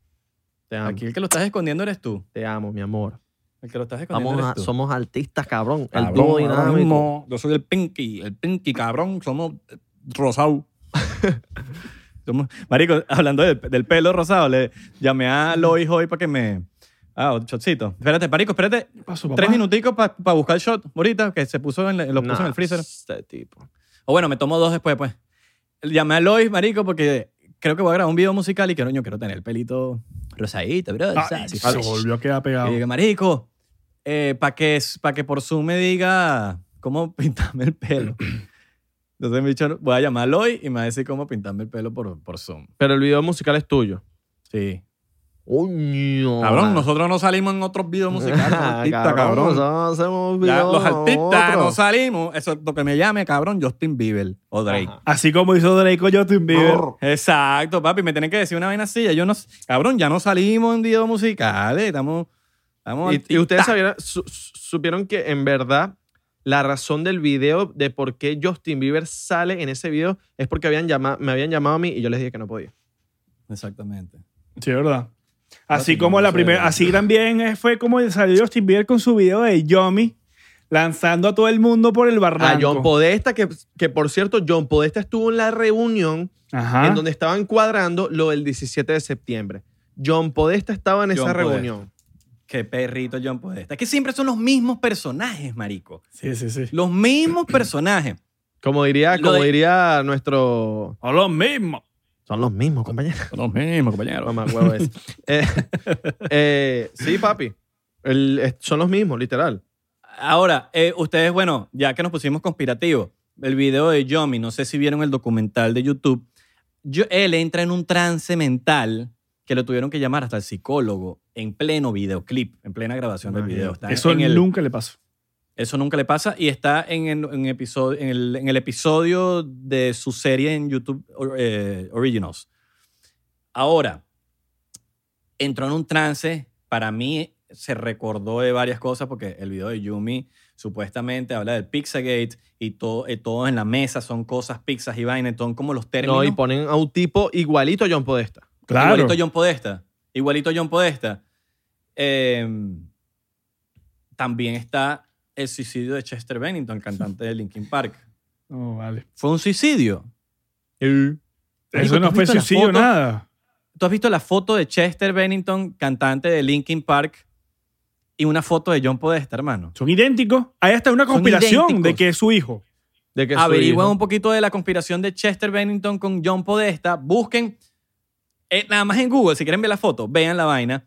B: Te amo.
C: Aquí el que lo estás escondiendo eres tú.
B: Te amo, mi amor.
C: El que lo estás escondiendo
B: Vamos
C: eres
B: a-
C: tú.
B: somos artistas, cabrón. el
C: Cabrón,
B: dúo
C: ahora
B: dinámico.
C: mismo, Yo soy el Pinky, el Pinky cabrón, somos eh, rosado. Somos- Marico, hablando del, del pelo rosado, le llamé a Lois hoy para que me. Ah, un shotcito. Espérate, Marico, espérate.
A: ¿Qué pasó, papá?
C: Tres minuticos para buscar el shot ahorita, que se puso en, la- lo puso
B: Nah,
C: en el freezer.
B: Este tipo.
C: O bueno, me tomo dos después, pues. Llamé a Lois, Marico, porque creo que voy a grabar un video musical y quiero, yo quiero tener el pelito rosadito, bro.
A: Ah,
C: ¿sabes?
A: y se volvió a quedar pegado.
C: Y dije, marico,
A: eh,
C: para que, pa' que por Zoom me diga cómo pintarme el pelo. Entonces me dicho, voy a llamarlo hoy y me va a decir cómo pintarme el pelo por, por Zoom.
B: Pero el video musical es tuyo.
C: Sí.
B: Coño.
A: Cabrón,
B: mano.
A: nosotros no salimos en otros videos musicales. los artistas, cabrón.
B: Ah, nosotros no hacemos
A: Ya,
B: videos
A: los artistas
B: nosotros.
A: no salimos. Eso es lo que me llame, cabrón, Justin Bieber o Drake.
B: Ajá.
A: Así como hizo Drake o Justin
B: Bieber.
A: Exacto, papi. Me tienen que decir una vaina así. Ya Yo no, cabrón, ya no salimos en videos musicales. Estamos. estamos
B: Y- Y,
A: artistas.
B: ustedes sabieron- su- su- supieron que en verdad la razón del video de por qué Justin Bieber sale en ese video es porque habían llama- me habían llamado a mí y yo les dije que no podía.
C: Exactamente.
A: Sí, verdad. Así
C: Justin
A: como
C: Bieber,
A: la
C: sí,
A: primera.
C: verdad.
A: Así también eh, fue como salió Justin Bieber con su video de Yomi lanzando a todo el mundo por el
C: Ah,
B: A John
A: barranco.
B: Podesta, que, que por cierto, John Podesta estuvo en la reunión
A: Ajá.
B: en donde estaban cuadrando lo del 17 de septiembre. John Podesta estaba en
C: John
B: esa
C: Podesta.
B: reunión.
C: Qué perrito John Podesta. Es que siempre son los mismos personajes, marico.
A: Sí, sí, sí.
C: Los mismos personajes.
B: Como diría,
C: Lo
B: como
C: de-
B: diría nuestro...
A: O los mismos.
B: Son los mismos, compañeros.
A: Los mismos, compañero.
B: Mamá, huevo ese. Eh, eh, sí, papi. El- es- son los mismos, literal.
C: Ahora, eh, ustedes, bueno, ya que nos pusimos conspirativos, el video de Yomi, no sé si vieron el documental de YouTube, yo, él entra en un trance mental que lo tuvieron que llamar hasta el psicólogo en pleno videoclip, en plena grabación del
B: Imagínate.
C: video. Está
A: Eso
C: en el-
A: nunca le pasó.
C: eso nunca le pasa y está en, en- en episodio, en, el, en el episodio de su serie en YouTube or- eh, Originals. Ahora, entró en un trance. Para mí se recordó de varias cosas porque el video de Yumi supuestamente habla del Pizzagate y todo, eh, todos en la mesa son cosas pizzas y vaina, son como los términos.
B: No, y ponen a un tipo igualito a John Podesta.
A: Claro.
C: Igualito John Podesta. Igualito John Podesta. Eh, también está el suicidio de Chester Bennington, cantante de Linkin Park.
A: No, vale.
C: ¿Fue un suicidio? Marico,
A: Eso
C: ¿tú
A: no
C: has
A: fue
C: visto las
A: suicidio,
C: fotos?
A: nada.
C: ¿Tú has visto la foto de Chester Bennington, cantante de Linkin Park, y una foto de John Podesta, hermano?
A: Son idénticos. Ahí está una
C: Son
A: conspiración de
C: idénticos.
A: que es su hijo.
B: De que su
C: Averigüen
B: hijo-
C: un poquito de la conspiración de Chester Bennington con John Podesta. Busquen, eh, nada más en Google, si quieren ver la foto, vean la vaina.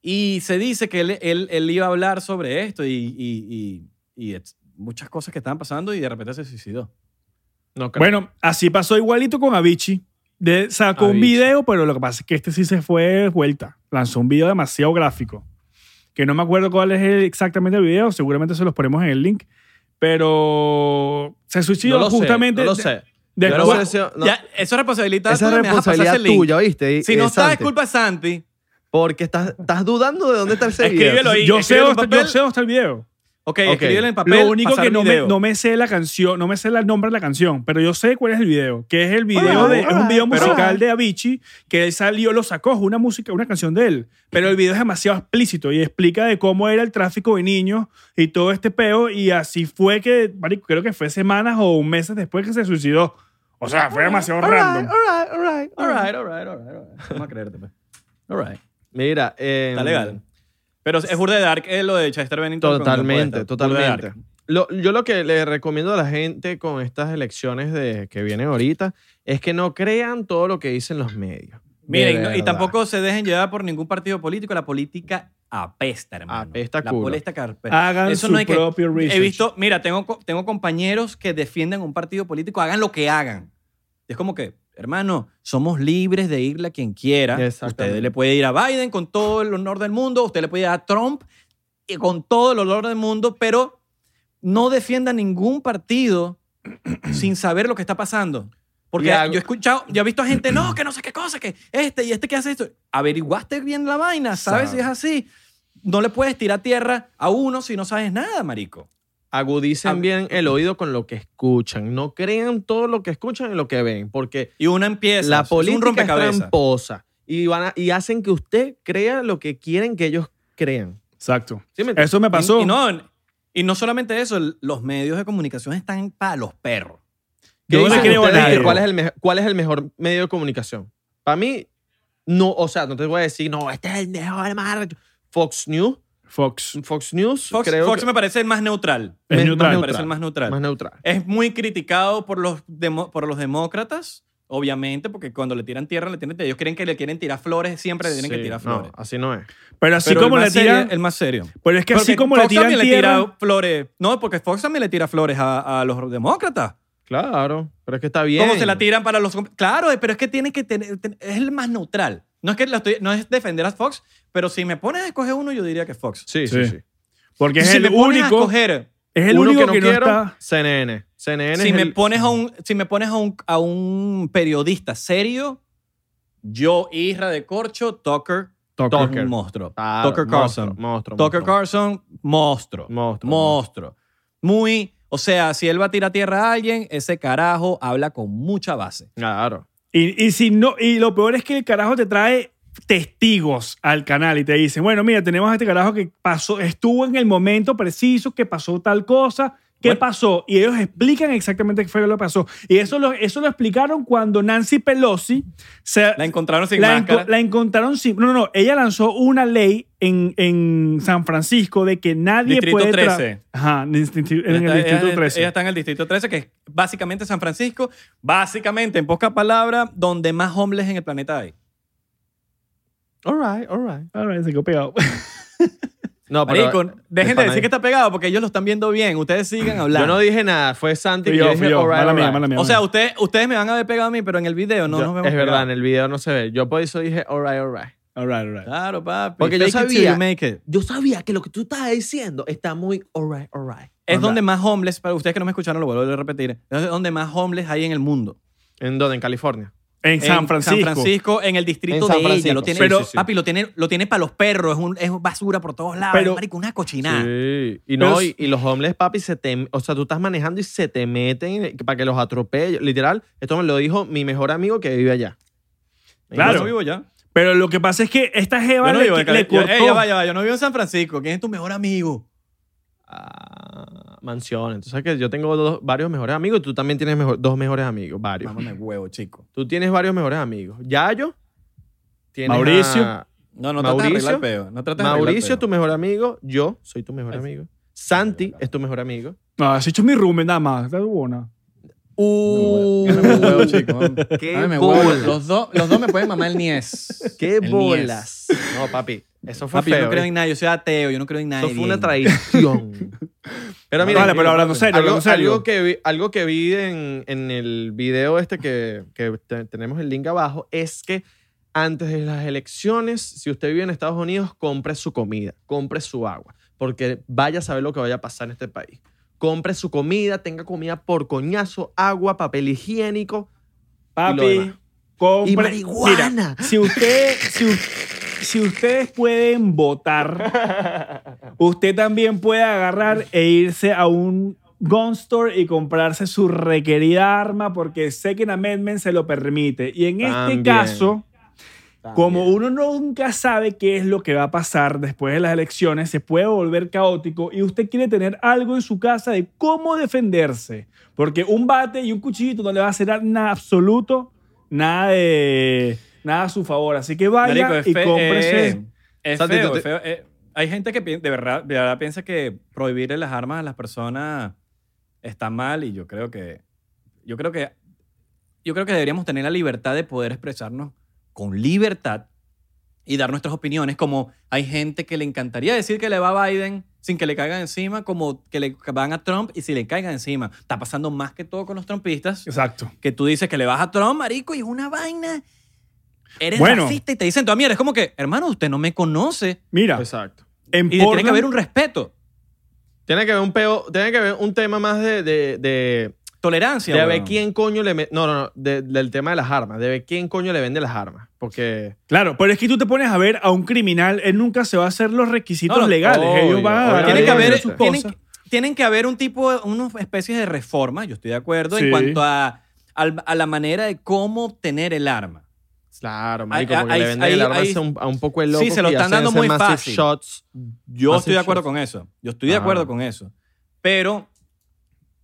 C: Y se dice que él, él- él iba a hablar sobre esto y, y- y- y et- muchas cosas que estaban pasando y de repente se suicidó.
B: No creo.
A: Bueno, así pasó igualito con Avicii. De- sacó un
B: Avicii.
A: video, pero lo que pasa es que este sí se fue de vuelta. Lanzó un video demasiado gráfico. Que no me acuerdo cuál es el- exactamente el video. Seguramente se los ponemos en el link. Pero se suicidó
B: no lo
A: justamente.
B: sé. No lo
A: de-
B: sé.
A: después-
B: Yo no sé si- no.
C: Ya, eso es responsabilidad
B: Esa
C: tuya,
B: es
C: me dejas pasar
B: responsabilidad
C: ese link.
B: tuya, ¿viste? Y-
C: Si no
B: eh,
C: está, es
B: Santi,
C: culpa de Santi.
B: Porque estás, estás dudando de dónde está el seguidor.
C: Escríbelo ahí.
A: yo, sé
C: escríbelo en
A: dónde, yo
C: papel.
A: sé dónde está el video.
C: Ok,
B: Ok.
C: escríbelo en papel.
A: lo único
C: pasar
A: que no me,
C: video.
A: no me sé la canción, no me sé el nombre de la canción, pero yo sé cuál es el video. Que es el video de.
B: Alright,
A: es un video
B: alright,
A: musical
B: alright.
A: de Avicii que él salió, lo sacó, es una música, una canción de él. Pero el video es demasiado explícito y explica de cómo era el tráfico de niños y todo este peo. Y así fue que, marico, creo que fue semanas o meses después que se suicidó. O sea, fue demasiado
B: All right,
A: random.
B: all right, all right, all
C: All
B: right.
C: right, all right, all right, all right. Vamos a creerte, pues. All right.
B: Mira, eh,
C: Está legal. Pero es burda de dark es lo de Chester Bennington. con
B: Totalmente,
C: John Podesta. Burda de dark.
B: totalmente. Lo- yo lo que le recomiendo a la gente con estas elecciones de, que vienen ahorita es que no crean todo lo que dicen los medios. De
C: Miren, no- y
B: verdad.
C: tampoco se dejen llevar por ningún partido político. La política apesta, hermano.
B: Apesta
C: la
B: culo. Ah,
C: política apesta.
A: Hagan
C: Eso
A: su
C: no hay que-
A: propio research.
C: He visto, mira, tengo, co- tengo compañeros que defienden un partido político, hagan lo que hagan. Es como que, hermano, somos libres de irle a quien quiera.
B: Exactamente.
C: Usted le puede ir a Biden con todo el honor del mundo, usted le puede ir a Trump y con todo el honor del mundo, pero no defienda ningún partido sin saber lo que está pasando. Porque
B: Y hago-
C: yo he escuchado, yo he visto a gente, no, que no sé qué cosa, que este y este que hace esto. Averiguaste bien la vaina, sabes si
B: Sabe.
C: es así. No le puedes tirar tierra a uno si no sabes nada, marico.
B: Agudicen
C: Ag-
B: bien el oído con lo que escuchan. No crean todo lo que escuchan y lo que ven, porque
C: Y uno empieza.
B: la
C: es un
B: política es
C: rompecabezas.
B: tramposa y, van a- y hacen que usted crea lo que quieren que ellos crean.
A: Exacto.
B: ¿Sí me entiendes?
A: Eso me pasó.
C: Y, y no, y no solamente eso, el- los medios de comunicación están para los perros.
B: ¿Qué
A: Yo no le
B: dicen
A: creo a
B: ustedes de
A: nadie.
B: ¿Cuál es, el mejo- ¿Cuál es el mejor medio de comunicación? Para mí, no, o sea, no te voy a decir, no, este es el mejor, el más arrecho". Fox News,
A: Fox.
B: Fox News,
C: Fox,
B: creo
C: Fox
B: que-
C: me parece el más neutral.
A: Es
B: me-
A: neutral.
C: Me
B: Más
C: parece
B: neutral.
C: el más neutral.
B: más neutral.
C: Es muy criticado por los, demo- por los demócratas, obviamente, porque cuando le tiran tierra, le tiran tierra. Ellos creen que le quieren tirar flores, siempre le tienen que
B: Sí,
C: tirar
B: no,
C: flores.
B: así no es.
A: Pero así
C: Pero
A: como
C: el
A: le
C: más serio-
A: tiran.
C: el más serio.
A: Pero es que así
C: Porque
A: como le
C: Fox
A: tiran
C: también
A: tierra.
C: tira flores. No, porque Fox también le tira flores a, a los demócratas.
B: Claro, pero es que está bien.
C: ¿Cómo se la tiran para los... Claro, pero es que tiene que tener... ten- Es el más neutral. No es que la estoy- no es defender a Fox, pero si me pones a escoger uno, yo diría que Fox.
B: Sí,
A: Sí.
B: sí, sí.
A: Porque
C: Y
A: es
C: si
A: el
C: me pones a
A: único.
C: escoger,
A: Es el
B: Uno
A: único
B: que no, quiero,
A: está.
B: CNN. CNN
C: si
B: es
C: me
B: el-
C: pones a un, si me pones a un, a un periodista serio, yo, Isra de Corcho, Tucker,
A: Tucker.
C: es
B: Tucker.
C: un monstruo.
B: Claro,
C: Tucker
B: monstruo,
C: Carlson.
B: Monstruo.
C: Tucker
B: monstruo.
C: Carlson, monstruo.
B: Monstruo.
C: Monstruo. Muy, o sea, si él va a tirar tierra a alguien, ese carajo habla con mucha base.
B: Claro.
A: Y, y si no, y lo peor es que el carajo te trae testigos al canal y te dicen, bueno, mira, tenemos a este carajo que pasó, estuvo en el momento preciso, que pasó tal cosa, qué
C: Bueno.
A: pasó. Y ellos explican exactamente qué fue lo que pasó. Y eso lo, eso lo explicaron cuando Nancy Pelosi se,
C: La encontraron sin
A: la,
C: máscara.
A: enco- la encontraron sin... No, no, no. Ella lanzó una ley en, en San Francisco de que nadie
C: Distrito
A: puede... tra-
C: 13.
A: Ajá, en el distrito- en
C: Ella
A: el
C: está-
A: Distrito
C: ella-
A: 13.
C: Ella está en el Distrito 13, que es básicamente San Francisco, básicamente, en pocas palabras, donde más homeless en el planeta hay.
B: All right, all right.
A: Ah, se quedó pegado.
B: No, Ah, pero
C: Marico, dejen de
B: pana
C: decir
B: ahí.
C: que está pegado porque ellos lo están viendo bien. Ustedes sigan
B: yo no
C: hablando.
B: dije nada. Fue Santi
A: Fui
B: que
A: yo,
B: yo
A: fui
B: dije,
A: yo.
B: all right,
A: Mala
B: all
A: mía,
B: right.
A: mala mía,
C: o
A: mala
C: sea,
A: mía.
C: ustedes, ustedes me van a ver pegado a mí, pero en el video no
B: Yo-
C: nos vemos.
B: es verdad, en
C: pegados.
B: el video no se ve. Yo por eso dije, all right, all right.
A: All right, all right.
C: Claro, papi.
D: Porque yo
C: Fake it till
D: sabía-
C: you make it.
D: Yo sabía que lo que tú estabas diciendo está muy alright, alright.
C: Es
A: Anda.
C: donde más homeless, para ustedes que no me escucharon, lo vuelvo a repetir. Es donde más homeless hay en el mundo.
B: ¿En dónde? En California.
A: En San Francisco.
C: San Francisco, en el
B: En
C: distrito
B: San
C: de ella.
B: Francisco,
C: Lo tiene,
B: sí, sí, sí.
C: Papi, lo tiene, lo tiene para los perros. Es, un- es basura por todos lados.
A: Pero-
C: es, marico, una cochinada.
B: Sí. Y
A: Pero
B: no,
A: es-
B: y, y los homeless, papi, se te, o sea, tú estás manejando y se te meten y- para que los atropellen. Literal, esto me lo dijo mi mejor amigo que vive allá.
A: Claro.
C: Yo no vivo ya.
A: Pero lo que pasa es que esta jeva
C: yo no
A: le,
C: vivo en
A: le
C: Cali- yo-
A: cortó.
C: Ey, ya va, ya va, Yo no vivo en San Francisco. ¿Quién es tu mejor amigo?
B: Ah, mansión. Entonces, ¿sabes que yo tengo dos- varios mejores amigos y tú también tienes mejor- dos mejores amigos. Varios.
C: Mámame huevo, chico.
B: Tú tienes varios mejores amigos. Yayo. tienes
A: Mauricio.
B: a-
C: No, no trates de arreglar
B: Mauricio.
C: el peo. No trates de arreglar el
B: Mauricio es tu
C: peo.
B: mejor amigo. Yo soy tu mejor
C: Ahí sí.
B: amigo. Santi es tu mejor amigo.
A: No, has hecho mi rumen nada más. Está buena.
B: Uh,
E: Mámame huevo, chico. Mámame huevo.
B: bola.
E: Los, dos, los dos me pueden mamar el niés.
B: ¡Qué
E: El niés.
B: bolas! No, papi. Eso fue
C: Papi, yo
B: feo. ¿eh?
C: no creo en nada. Yo soy ateo. Yo no creo en nada.
B: Eso fue una traición. pero mira,
A: vale, pero hablando serio,
B: algo,
A: hablando serio.
B: algo que vi, algo que vi en, en el video este que, que te- tenemos el link abajo es que antes de las elecciones, si usted vive en Estados Unidos, compre su comida, compre su agua, porque vaya a saber lo que vaya a pasar en este país. Compre su comida, tenga comida por coñazo, agua, papel higiénico. Y lo
A: Papi,
B: demás.
A: compre.
D: Y marihuana.
A: Mira, si usted, si, u- si ustedes pueden votar, usted también puede agarrar e irse a un gun store y comprarse su requerida arma porque Second Amendment se lo permite. Y en este
B: También.
A: caso, como uno nunca sabe qué es lo que va a pasar después de las elecciones, se puede volver caótico y usted quiere tener algo en su casa de cómo defenderse. Porque un bate y un cuchillito no le va a hacer nada absoluto, nada de nada a su favor. Así que vaya
C: Marico, es
A: y
C: fe-
A: cómprese.
C: eh, es
B: Santi,
C: feo,
B: tú te-
C: es feo. Eh, hay gente que pi- de verdad, de verdad piensa que prohibirle las armas a las personas está mal y yo creo que yo creo que yo creo que deberíamos tener la libertad de poder expresarnos con libertad y dar nuestras opiniones como hay gente que le encantaría decir que le va a Biden sin que le caigan encima como que le van a Trump y si le caigan encima está pasando más que todo con los trumpistas
A: Exacto.
C: que tú dices que le vas a Trump, marico, y es una vaina. Eres
A: Bueno.
C: racista y te dicen, toda mierda. Es como que, hermano, usted no me conoce.
A: Mira,
B: Exacto.
A: en
C: Pues, Y tiene que
A: Portland-
C: haber un respeto,
B: Tiene que haber un peo, tiene que haber un tema más de- de- de
C: tolerancia.
B: De a
C: weón.
B: ver quién coño le... me- No, no, no. de- del tema de las armas. De ver quién coño le vende las armas. Porque...
A: Claro, pero es que tú te pones a ver a un criminal, él nunca se va a hacer los requisitos
C: No, no,
A: legales.
B: obvio,
A: Ellos van a
B: obvio.
A: agarrar
C: Tiene
A: y
C: que
B: Claro,
A: hacer
C: haber,
B: eso
A: sus
C: tienen,
A: cosas.
C: tienen que haber un tipo, unas especies de reforma, yo estoy de acuerdo,
A: Sí.
C: en cuanto a, al- a la manera de cómo obtener el arma.
B: Claro, marico.
C: Ahí-
B: Porque
C: ahí-
B: le venden
C: ahí-
B: el arma
C: ahí-
B: a un, a un poco el
C: Sí,
B: loco.
C: se lo
B: que
C: están
B: hacen
C: dando
B: ese
C: muy
B: massive
C: fácil.
B: shots.
C: Yo
B: Massive
C: estoy de acuerdo
B: shots.
C: con eso. Yo estoy de
B: Ah.
C: acuerdo con eso. Pero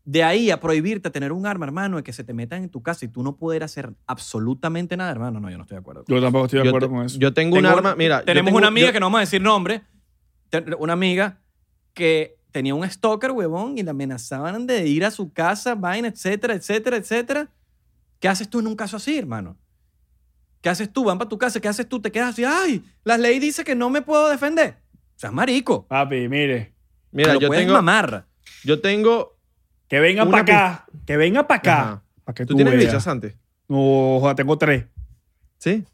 C: de ahí a prohibirte tener un arma, hermano, y que se te metan en tu casa y tú no poder hacer absolutamente nada, hermano, no, yo no estoy de acuerdo.
A: Yo tampoco estoy de
B: Yo,
A: acuerdo
B: te-
A: con eso.
B: yo tengo, un
C: Tengo-
B: arma... Mira, yo
C: Tenemos
B: tengo-
C: una amiga
B: yo-
C: que no vamos a decir nombre, te- una amiga que tenía un stalker, huevón, y la amenazaban de ir a su casa, vaina, etcétera, etcétera, etcétera. ¿Qué haces tú en un caso así, hermano? ¿Qué haces tú? Van para tu casa, ¿qué haces tú? Te quedas así, ay, la ley dice que no me puedo defender. O sea, marico.
A: Papi, mire.
B: Mira,
C: lo
B: yo
C: puedes
B: tengo...
C: mamar.
B: Yo tengo...
A: Que venga
B: Una
A: para acá. Que venga para acá.
B: Ajá.
A: Pa' que
B: ¿Tú tienes
A: veas.
B: bichas antes?
A: No, joda, tengo tres.
B: Sí.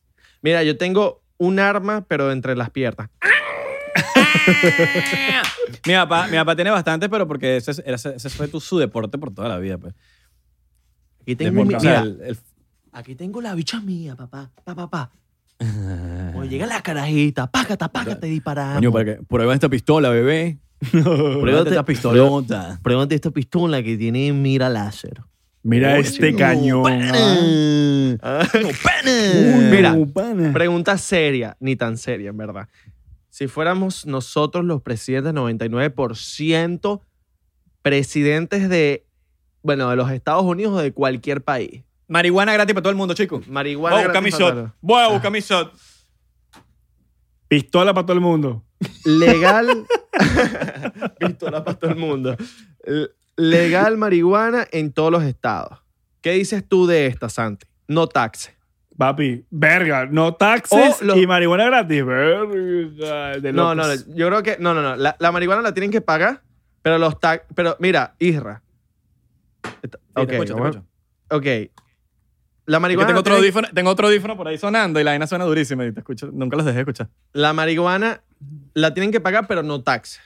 B: Mira, yo tengo un arma, pero entre las piernas.
C: Mi papá, mi papá tiene bastante, pero porque ese, es- era- ese fue tu, su deporte por toda la vida. Pues.
D: Aquí
C: De-
D: tengo, mi-
C: o
D: mira,
C: sea, el- el-
D: aquí tengo la bicha mía, papá. Pa, pa, pa. Cuando llega la carajita, págata, págata y disparamos.
C: Coño, para que prueba esta pistola, bebé. Prueba
D: Pruébate-
C: esta pistolota.
D: Pruébate esta pistola que tiene mira láser.
A: Mira este cañón. Ah.
B: Eh. Uh, Mira,
A: Uh, pana.
B: pregunta seria, ni tan seria, en verdad. Si fuéramos nosotros los presidentes, 99% presidentes de, bueno, de los Estados Unidos o de cualquier país.
C: Marihuana gratis para todo el mundo, chicos.
B: Marihuana.
C: Voy a buscar Oh, mi
B: gratis para
C: shot. Voy a buscar mi shot.
A: Pistola para todo el mundo.
B: todos. Legal. Pistola para todo el mundo. L- Legal marihuana en todos los estados. ¿Qué dices tú de esta, Santi? No taxe.
A: Papi, verga, no taxes
B: O Oh, lo-
A: y marihuana gratis. Verga, de
B: No, no,
A: locos.
B: yo creo que. No, no, no. La, la marihuana la tienen que pagar, pero los tax. Pero mira, Isra. Está-
C: Sí, te
B: ok,
C: escucho, te
B: vamos-
C: escucho.
B: ok. La
C: Es que
B: marihuana.
C: tengo,
B: la
C: otro
B: tienen-
C: audífono, tengo otro audífono por ahí sonando y la vaina suena durísima. Y te escucho. Nunca los dejé escuchar.
B: la marihuana la tienen que pagar, pero no tax.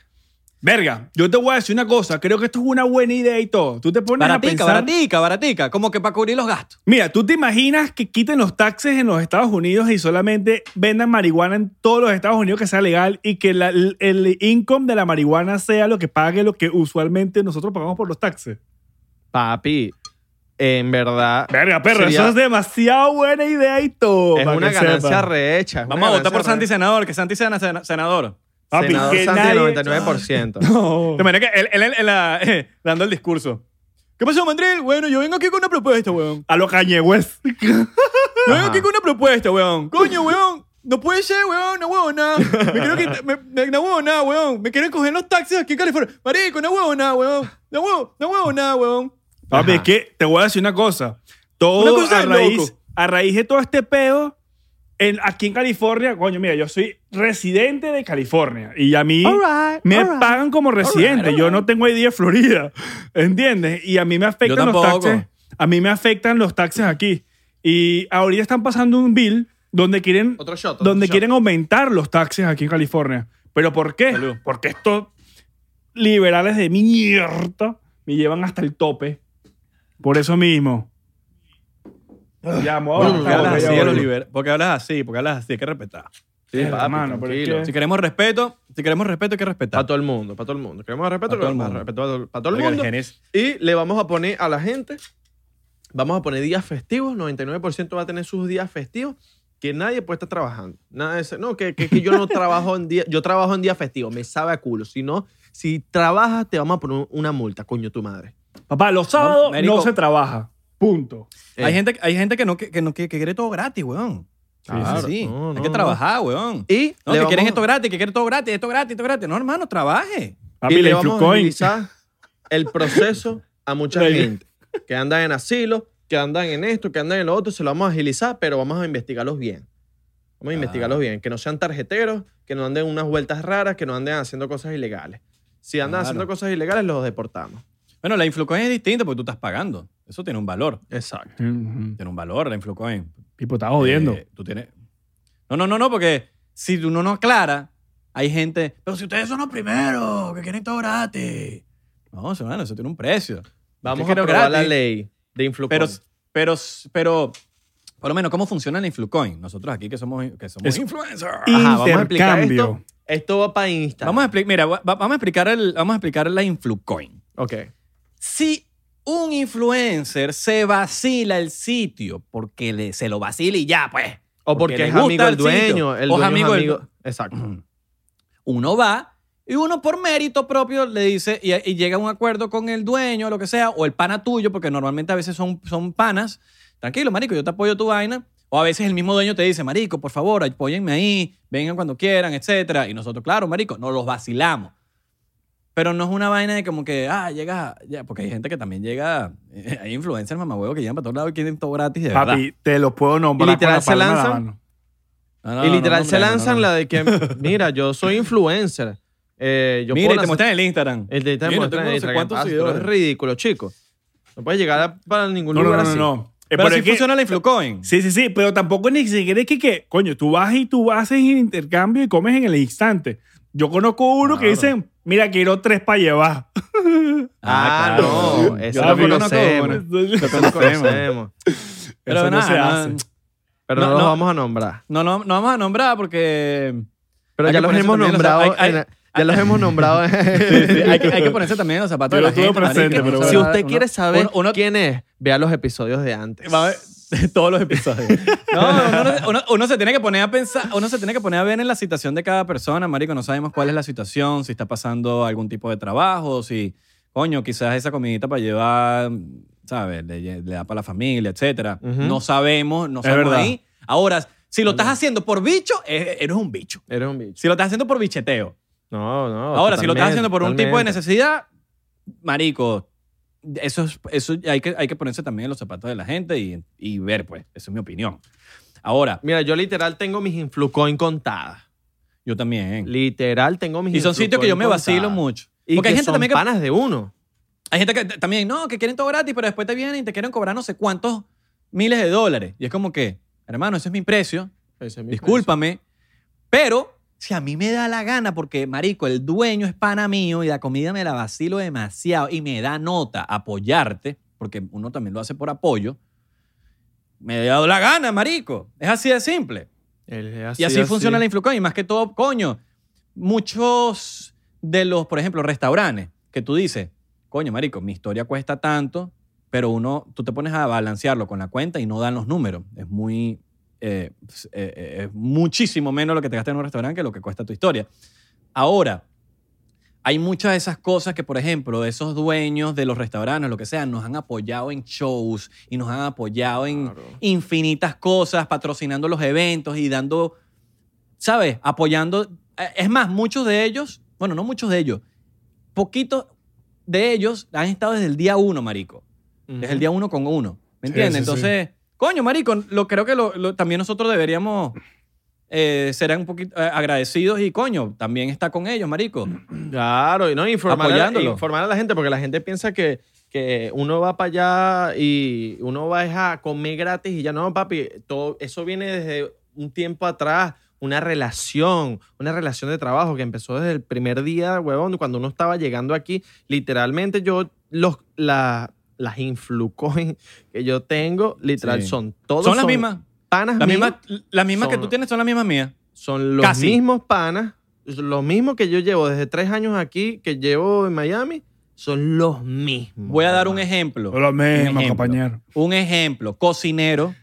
A: Verga, yo te voy a decir una cosa. Creo que esto es una buena idea y todo. Tú te pones a
C: Baratica,
A: pensar...
C: baratica, baratica. Como que para cubrir los gastos.
A: Mira, ¿tú te imaginas que quiten los taxes en los Estados Unidos y solamente vendan marihuana en todos los Estados Unidos que sea legal y que la- el, el income de la marihuana sea lo que pague lo que usualmente nosotros pagamos por los taxes?
B: Papi, en verdad.
A: Verga, perro,
B: Sería-
A: eso es demasiado buena idea y todo.
B: Es
A: para
B: una
A: que
B: ganancia
A: sepa.
B: rehecha. es una
C: Vamos a votar por
B: ganancia
C: Santi Senador, que Santi sea sena- senador.
A: Papi,
B: rehecha. Senador
A: que
B: Santi,
A: nadie-
B: 99%.
A: No.
C: De manera que él, él- él- él, ah, eh, dando el discurso. ¿Qué pasó, Mandril? Bueno, yo vengo aquí con una propuesta, weón.
A: A lo Kanye West.
C: Yo vengo
B: Ajá.
C: aquí con una propuesta, weón. Coño, weón. No puede ser, weón. No huevona. Me quiero que... Me, me- no huevona, weón. Me quieren coger los taxis aquí en California. Marico, no huevona, weón. No huevona, no huevona, weón.
A: Papi,
B: Ajá.
A: es que te voy a decir una cosa. Todo
C: Una cosa
A: a,
C: de
A: raíz,
C: loco.
A: a raíz de todo este pedo, en, aquí en California, coño, mira, yo soy residente de California y a mí
C: Ah,
A: me pagan como residente. Yo no tengo idea de Florida, ¿entiendes? Y a mí me afectan los
C: tampoco.
A: taxes. A mí me afectan los taxes aquí. Y ahorita están pasando un bill donde quieren,
B: Otro shot. otro
A: donde
B: shot.
A: quieren aumentar los taxes aquí en California. ¿Pero por qué?
C: Salud.
A: Porque estos liberales de mierda me llevan hasta el tope. Por eso mismo. Ya, me voy a
B: Bueno,
A: bajar,
B: hablas
A: ya
B: así a
A: voy.
B: los
C: Porque hablas así, porque hablas así, hay que respetar.
B: Sí,
A: Verga,
B: papi,
A: mano, pero es
B: tranquilo.
A: que-
C: Si queremos respeto, si queremos respeto, hay que
B: Para
C: respetar.
B: todo el mundo, para todo el mundo. Queremos respeto,
C: Pa' todo el
B: queremos
C: mundo.
B: respeto pa' todo- pa' todo el
C: Oiga,
B: mundo.
C: Genes,
B: Y le vamos a poner a la gente, vamos a poner días festivos, 99% va a tener sus días festivos, que nadie puede estar trabajando. Nada de eso. No, que, que, que yo no trabajo en día, yo trabajo en día festivo, me sabe a culo. Si no, si trabajas, te vamos a poner una multa, coño tu madre.
A: Papá, los sábados no,
C: marico.
A: se trabaja. Punto.
C: Hay
B: Eh.
C: gente, hay gente que, no, que, que no, que, que quiere todo gratis, weón. Sí,
B: Claro.
C: sí, sí.
B: No,
C: hay
B: no,
C: que
B: no.
C: trabajar, weón.
B: Y
C: No,
B: le
C: que quieren
B: vamos-
C: esto gratis, que quieren todo gratis, esto gratis, esto gratis. No, hermano, trabaje.
A: Papi, la
B: y le vamos a
A: Influcoin.
B: agilizar el proceso a mucha
A: La-
B: gente que andan en asilo, que andan en esto, que andan en lo otro, se lo vamos a agilizar, pero vamos a investigarlos bien. Vamos a
C: Ah.
B: investigarlos bien, que no sean tarjeteros, que no anden unas vueltas raras, que no anden haciendo cosas ilegales. Si andan
C: Claro.
B: haciendo cosas ilegales, los deportamos.
C: Bueno, la Influcoin es distinta porque tú estás pagando. Eso tiene un valor.
B: Exacto.
A: Ujú.
C: Tiene un valor la Influcoin.
A: Tipo, estás jodiendo.
C: Eh, tú tienes... No, no, no, no, porque si uno no aclara, hay gente... Pero si ustedes son los primeros, que quieren todo gratis. No, hermano, eso tiene un precio.
B: Vamos a
C: Yo quiero
B: aprobar la
C: gratis.
B: ley de influencia.
C: Pero, pero, pero, por lo menos, ¿cómo funciona la Influcoin? Nosotros aquí que somos, que somos
A: Es-
C: influencers.
B: vamos a explicar
A: Intercambio.
B: Esto va para Insta.
C: Vamos a explicar, mira, va- va- vamos a explicar, el, vamos a explicar la Influcoin.
B: Ok.
C: Si un influencer se vacila el sitio porque le- se lo vacila y ya, pues.
B: O
C: Porque
B: porque,
C: le
B: es
C: gusta
B: amigo
C: el
B: el dueño.
C: sitio.
B: El
C: O es
B: dueño
C: amigo del-
B: es amigo. Exacto.
C: Uno va y uno por mérito propio le dice y, y llega a un acuerdo con el dueño, lo que sea, o el pana tuyo, porque normalmente a veces son, son panas. Tranquilo, marico, yo te apoyo tu vaina. O a veces el mismo dueño te dice, marico, por favor, apóyenme ahí, vengan cuando quieran, etcétera. Y nosotros, claro, marico, nos los vacilamos. Pero no es una vaina de como que, ah, llega, ya, porque hay gente que también lega, hay influencers mamahuevos que llegan para todos lados y quieren todo gratis, de verdad.
A: Papi, te los puedo nombrar.
B: Y literal
A: con la
B: se
A: palma de la
B: lanzan.
A: mano.
C: No, no,
B: y
C: no,
B: literal
C: no,
B: se
C: no, no,
B: lanzan
C: no.
B: la de que, mira, yo soy influencer. Eh, yo puedo
C: Mira, y te
B: lanzar-
C: muestran el Instagram.
B: El de te
C: Mira,
B: muestran
C: tengo
B: en
C: no sé
B: Instagram.
C: cuántos
B: Ah, pero
C: seguidores.
B: Es ridículo, chico. No puedes llegar a- para ningún
A: No, no,
B: lugar
A: no, no,
B: así.
A: no. Eh,
C: Pero,
A: pero
C: si
A: es que-
C: funciona la Influcoin.
A: Sí, sí, sí, pero tampoco ni siquiera es que, que, coño, tú vas y tú haces el intercambio y comes en el instante. Yo conozco uno que
B: Claro.
A: dicen, mira, quiero tres para llevar.
B: Ah, no. Eso
C: Yo
B: lo
C: también conozco
B: conocemos.
C: uno.
B: Eso lo conocemos.
C: Pero
A: Eso no
C: nada,
A: se
C: no,
A: hace.
B: Pero
C: No,
B: no, los
C: no.
B: vamos a nombrar.
C: no, no, no vamos a nombrar porque
B: Pero
C: Hay
B: ya
C: que
B: los
C: ponerse
B: hemos
C: también los-
B: nombrado.
C: hay- hay-
B: en la- Ya los hemos nombrado.
C: sí, sí, hay, que, hay que ponerse también en los zapatos
A: Yo
C: de la
A: lo tuve
C: gente. marico,
A: presente,
C: no
A: pero
C: se
A: bueno.
B: Si
C: va a
B: usted
C: dar-
B: quiere
C: uno-
B: saber
C: uno- uno-
B: quién es, vea los episodios de antes.
C: Va a ver todos los episodios. No, uno, no- uno- uno se tiene que poner a pensar, uno se tiene que poner a ver en la situación de cada persona, marico. No sabemos cuál es la situación, si está pasando algún tipo de trabajo, si, coño, quizás esa comidita para llevar, ¿sabes? Le, lle- le da para la familia, etcétera.
B: Ujú.
C: No sabemos, no
A: Es
C: sabemos
A: verdad.
C: ahí. Ahora, si lo estás haciendo por bicho, e- eres un bicho.
B: Eres un bicho.
C: Si lo estás haciendo por bicheteo.
B: No, no.
C: Ahora, si lo estás
B: totalmente,
C: haciendo por un tipo de
B: totalmente.
C: necesidad, marico, eso, es- eso hay, que, hay que ponerse también en los zapatos de la gente y, y ver, pues. Esa es mi opinión. Ahora,
B: Mira, yo literal tengo mis Influcoin contadas.
C: yo también.
B: Literal tengo mis
C: Y son sitios que yo me
B: Influcoin
C: vacilo
B: contadas.
C: mucho.
B: Y que
C: Porque hay gente
B: son
C: también que...
B: panas de uno.
C: Hay gente que t- también, no, que quieren todo gratis, pero después te vienen y te quieren cobrar no sé cuántos miles de dólares. Y es como que, hermano, ese es mi precio. Discúlpame. Pero si a mí me da la gana, porque, marico, el dueño es pana mío y la comida me la vacilo demasiado y me da nota apoyarte, porque uno también lo hace por apoyo, me da la gana, marico. Es así de simple. Y así, funciona la Influcoin. Y más que todo, coño, muchos de los, por ejemplo, restaurantes que tú dices, coño, marico, mi historia cuesta tanto, pero uno, tú te pones a balancearlo con la cuenta y no dan los números. Es muy, eh, eh, eh, es muchísimo menos lo que te gastas en un restaurante que lo que cuesta tu historia. Ahora, hay muchas de esas cosas que, por ejemplo, esos dueños de los restaurantes, lo que sea, nos han apoyado en shows y nos han apoyado en infinitas cosas, patrocinando los eventos y dando, ¿sabes? Apoyando. Eh, Es más, muchos de ellos, bueno, no muchos de ellos, poquitos de ellos han estado desde el día uno, marico. Desde el día uno con uno.
A: Sí,
C: ¿Me entiendes?
A: sí,
C: Entonces, coño, marico, lo, creo que lo- lo- también nosotros deberíamos eh, ser un poquito eh, agradecidos y, coño, también está con ellos, marico.
B: Claro, y no informar a, la,
C: Apoyándolo.
B: informar a la gente, porque la gente piensa que, que uno va para allá y uno va es a comer gratis y ya no, papi, todo eso viene desde un tiempo atrás, una relación, una relación de trabajo que empezó desde el primer día, huevón, cuando uno estaba llegando aquí, literalmente yo los la- las influcoin que yo tengo, literal,
C: Sí.
B: son todos
C: son las mismas.
B: panas
C: Las
B: míos,
C: mismas, las mismas que
B: son-
C: tú tienes son las mismas mías.
B: son los
C: Casi.
B: mismos panas, los mismos que yo llevo desde tres años aquí, que llevo en Miami, son los mismos.
C: Voy a dar un
B: hermano.
C: ejemplo.
A: Lo mismo,
C: ejemplo.
A: compañero.
C: Un ejemplo, cocinero,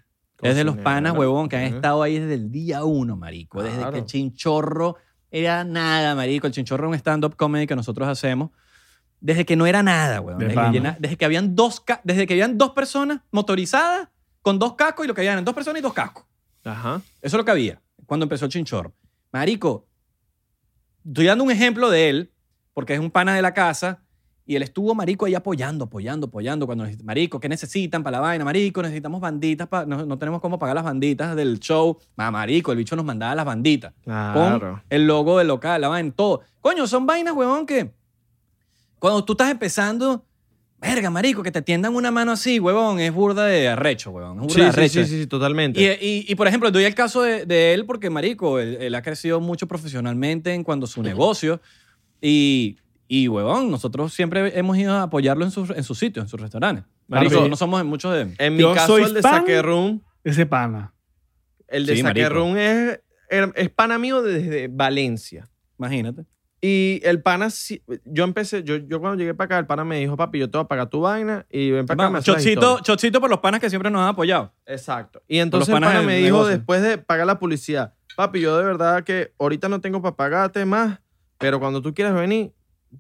C: es de los
B: Cocinero.
C: panas, huevón, que han
B: Ujú.
C: estado ahí desde el día uno, marico. Desde que
B: Claro.
C: el chinchorro era nada, marico. El chinchorro es un stand-up comedy que nosotros hacemos. Desde que no era nada, huevón.
A: De
C: Desde que,
A: pana.
C: llena- desde que habían dos, ca- desde que habían dos personas motorizadas con dos cascos y lo que habían eran dos personas y dos cascos.
B: Ajá.
C: Eso es lo que había cuando empezó el chinchorro. Marico, estoy dando un ejemplo de él, porque es un pana de la casa, y él estuvo, marico, ahí apoyando, apoyando, apoyando. Cuando, nos- marico, ¿qué necesitan para la vaina? Marico, necesitamos banditas, pa- no, no tenemos cómo pagar las banditas del show. Ma, marico, el bicho nos mandaba las banditas. Con
B: Claro.
C: el logo del local, la vaina, todo. Coño, son vainas, huevón, que cuando tú estás empezando... Verga, marico, que te tiendan una mano así, huevón, es burda de arrecho, huevón. Es burda
B: Sí,
C: de
B: sí,
C: arrecho.
B: sí, sí, sí, totalmente.
C: Y, eh, y- y, por ejemplo, doy el caso de, de él porque, marico, él, él ha crecido mucho profesionalmente en cuanto a su negocio. Y, y huevón, nosotros siempre hemos ido a apoyarlo en sus, en sus sitios, en sus restaurantes. Marico,
A: Papi.
C: no somos en muchos de...
B: en mi
A: yo
B: caso,
A: soy
B: el de
A: fan-
B: Saque Room,
A: Ese pana.
B: el de
C: Sí,
B: Saque
C: marico.
B: Room es, es es pana mío desde Valencia.
C: Imagínate.
B: Y el pana, sí- yo empecé, yo, yo cuando llegué para acá, el pana me dijo, papi, yo te voy a pagar tu vaina y ven para acá. me haces las
C: Chocito,
B: historias".
C: chocito por los panas que siempre nos han apoyado.
B: Exacto. Y entonces
C: panas
B: pana
C: del
B: me dijo
C: negocio.
B: después de pagar la publicidad, papi, yo de verdad que ahorita no tengo para pagarte más, pero cuando tú quieras venir,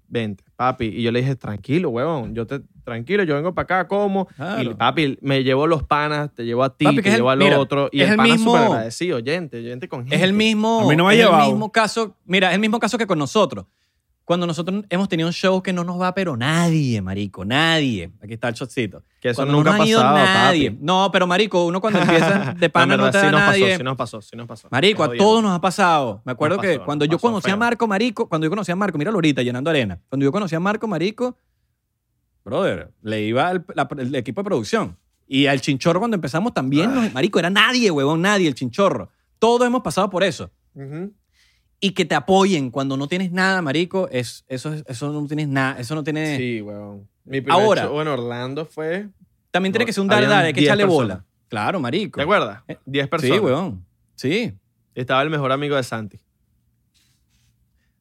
B: vente, papi. Y yo le dije, tranquilo, huevón, yo te, tranquilo, yo vengo para acá, como.
C: Claro.
B: Y papi, me llevo los panas, te llevo a ti,
C: Papi, que
B: te
C: es el-
B: llevo al
C: mira,
B: otro. Y
C: es
B: el,
C: el
B: pana
C: mismo-
B: súper agradecido, oyente, oyente con gente.
C: Es el mismo.
A: A mí no me ha
C: es
A: llevado.
C: el mismo caso. Mira, es el mismo caso que con nosotros. Cuando nosotros hemos tenido un show que no nos va, pero nadie, marico, nadie. Aquí está el chocito.
B: Que eso
C: Cuando
B: nunca
C: no
B: ha
C: nos ido
B: pasado,
C: nadie.
B: papi.
C: No, pero marico, uno cuando empieza de pana
B: La
C: no,
B: verdad,
C: te
B: sí
C: da
B: nos
C: nadie.
B: pasó, sí nos pasó, sí nos pasó.
C: Marico,
B: Todo
C: a
B: bien.
C: todos nos ha pasado. Me acuerdo
B: Nos
C: que
B: pasó,
C: cuando
B: nos
C: yo
B: pasó
C: conocí a
B: feo.
C: Marco, marico, cuando yo conocí a Marco, míralo ahorita llenando arena. Cuando yo conocí a Marco, marico, brother, le iba al la- el equipo de producción. Y al chinchorro cuando empezamos también, nos- marico, era nadie, huevón, nadie el chinchorro. Todos hemos pasado por eso. Y que te apoyen cuando no tienes nada, marico, es, eso, es- eso no tienes nada, eso no tiene...
B: Sí, weón. Mi primer
C: Eh. Ahora.
B: show en Orlando fue.
C: También tiene
B: No,
C: que ser un
B: habían
C: dar, hay que
B: 10
C: echarle
B: personas.
C: bola. Claro, marico.
B: ¿Te acuerdas?
C: Eh,
B: Diez personas.
C: Sí, huevón. Sí.
B: Estaba el mejor amigo de Santi.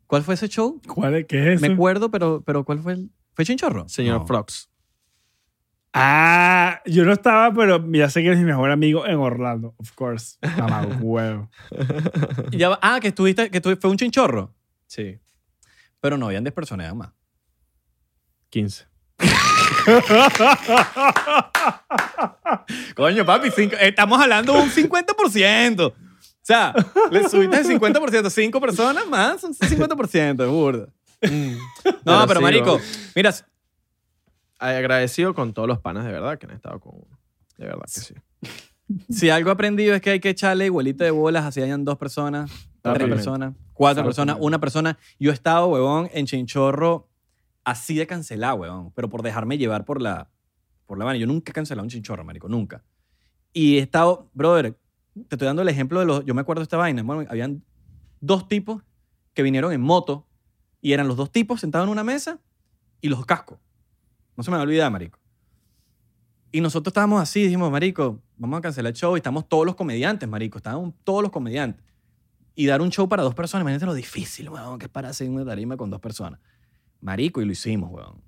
C: ¿Cuál fue ese show?
A: ¿Cuál es? ¿Qué es
C: Me
A: eso?
C: acuerdo, pero, pero ¿cuál fue el...? ¿Fue Chinchorro?
B: Señor
C: No.
B: Frogs.
A: Ah, yo no estaba, pero ya sé que eres mi mejor amigo en Orlando, of course. Mamá, huevo.
C: Ya va- ah, que estuviste, que estu- fue un chinchorro.
B: Sí.
C: Pero no habían 10 personas eran más.
B: 15.
C: Coño, papi, cinco- estamos hablando de un 50%. O sea, le subiste el 50%, cinco personas más, son 50%, es burda.
B: Mm.
C: No, pero,
B: sí,
C: marico,
B: weón.
C: mira,
B: Agradecido con todos los panas, de verdad, que han estado con uno. De verdad que sí.
C: si algo he aprendido es que hay que echarle igualita de bolas, así hayan dos personas, tres
B: Totalmente.
C: personas, cuatro personas,
B: Totalmente.
C: una persona. Yo he estado, huevón, en chinchorro así de cancelado, huevón, pero por dejarme llevar por la, por la mano. Yo nunca he cancelado un chinchorro, marico, nunca. Y he estado, brother, te estoy dando el ejemplo de los, yo me acuerdo de esta vaina, bueno, habían dos tipos que vinieron en moto y eran los dos tipos sentados en una mesa y los cascos. No se me va a olvidar, marico. Y nosotros estábamos así, dijimos, marico, vamos a cancelar el show y estamos todos los comediantes, marico, estábamos todos los comediantes. Y dar un show para dos personas, imagínate lo difícil, weón, que es para hacer una tarima con dos personas. Marico, y lo hicimos, weón.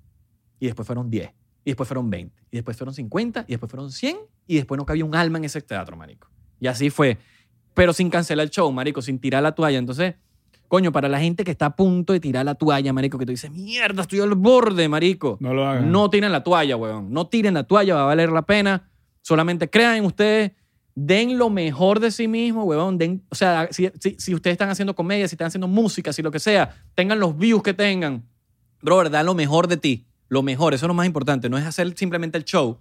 C: Y después fueron 10, y después fueron 20, y después fueron 50, y después fueron 100, y después no cabía un alma en ese teatro, marico. Y así fue. Pero sin cancelar el show, marico, sin tirar la toalla. Entonces, coño, para la gente que está a punto de tirar la toalla, marico, que tú dices, mierda, estoy al borde, marico.
A: No lo hagan.
C: No tiren la toalla, weón. No tiren la toalla, va a valer la pena. Solamente crean en ustedes. Den lo mejor de sí mismos, weón. Den, o sea, si, si- si ustedes están haciendo comedia, si están haciendo música, si lo que sea, tengan los views que tengan. Brother, da lo mejor de ti. Lo mejor, eso es lo más importante. No es hacer simplemente el show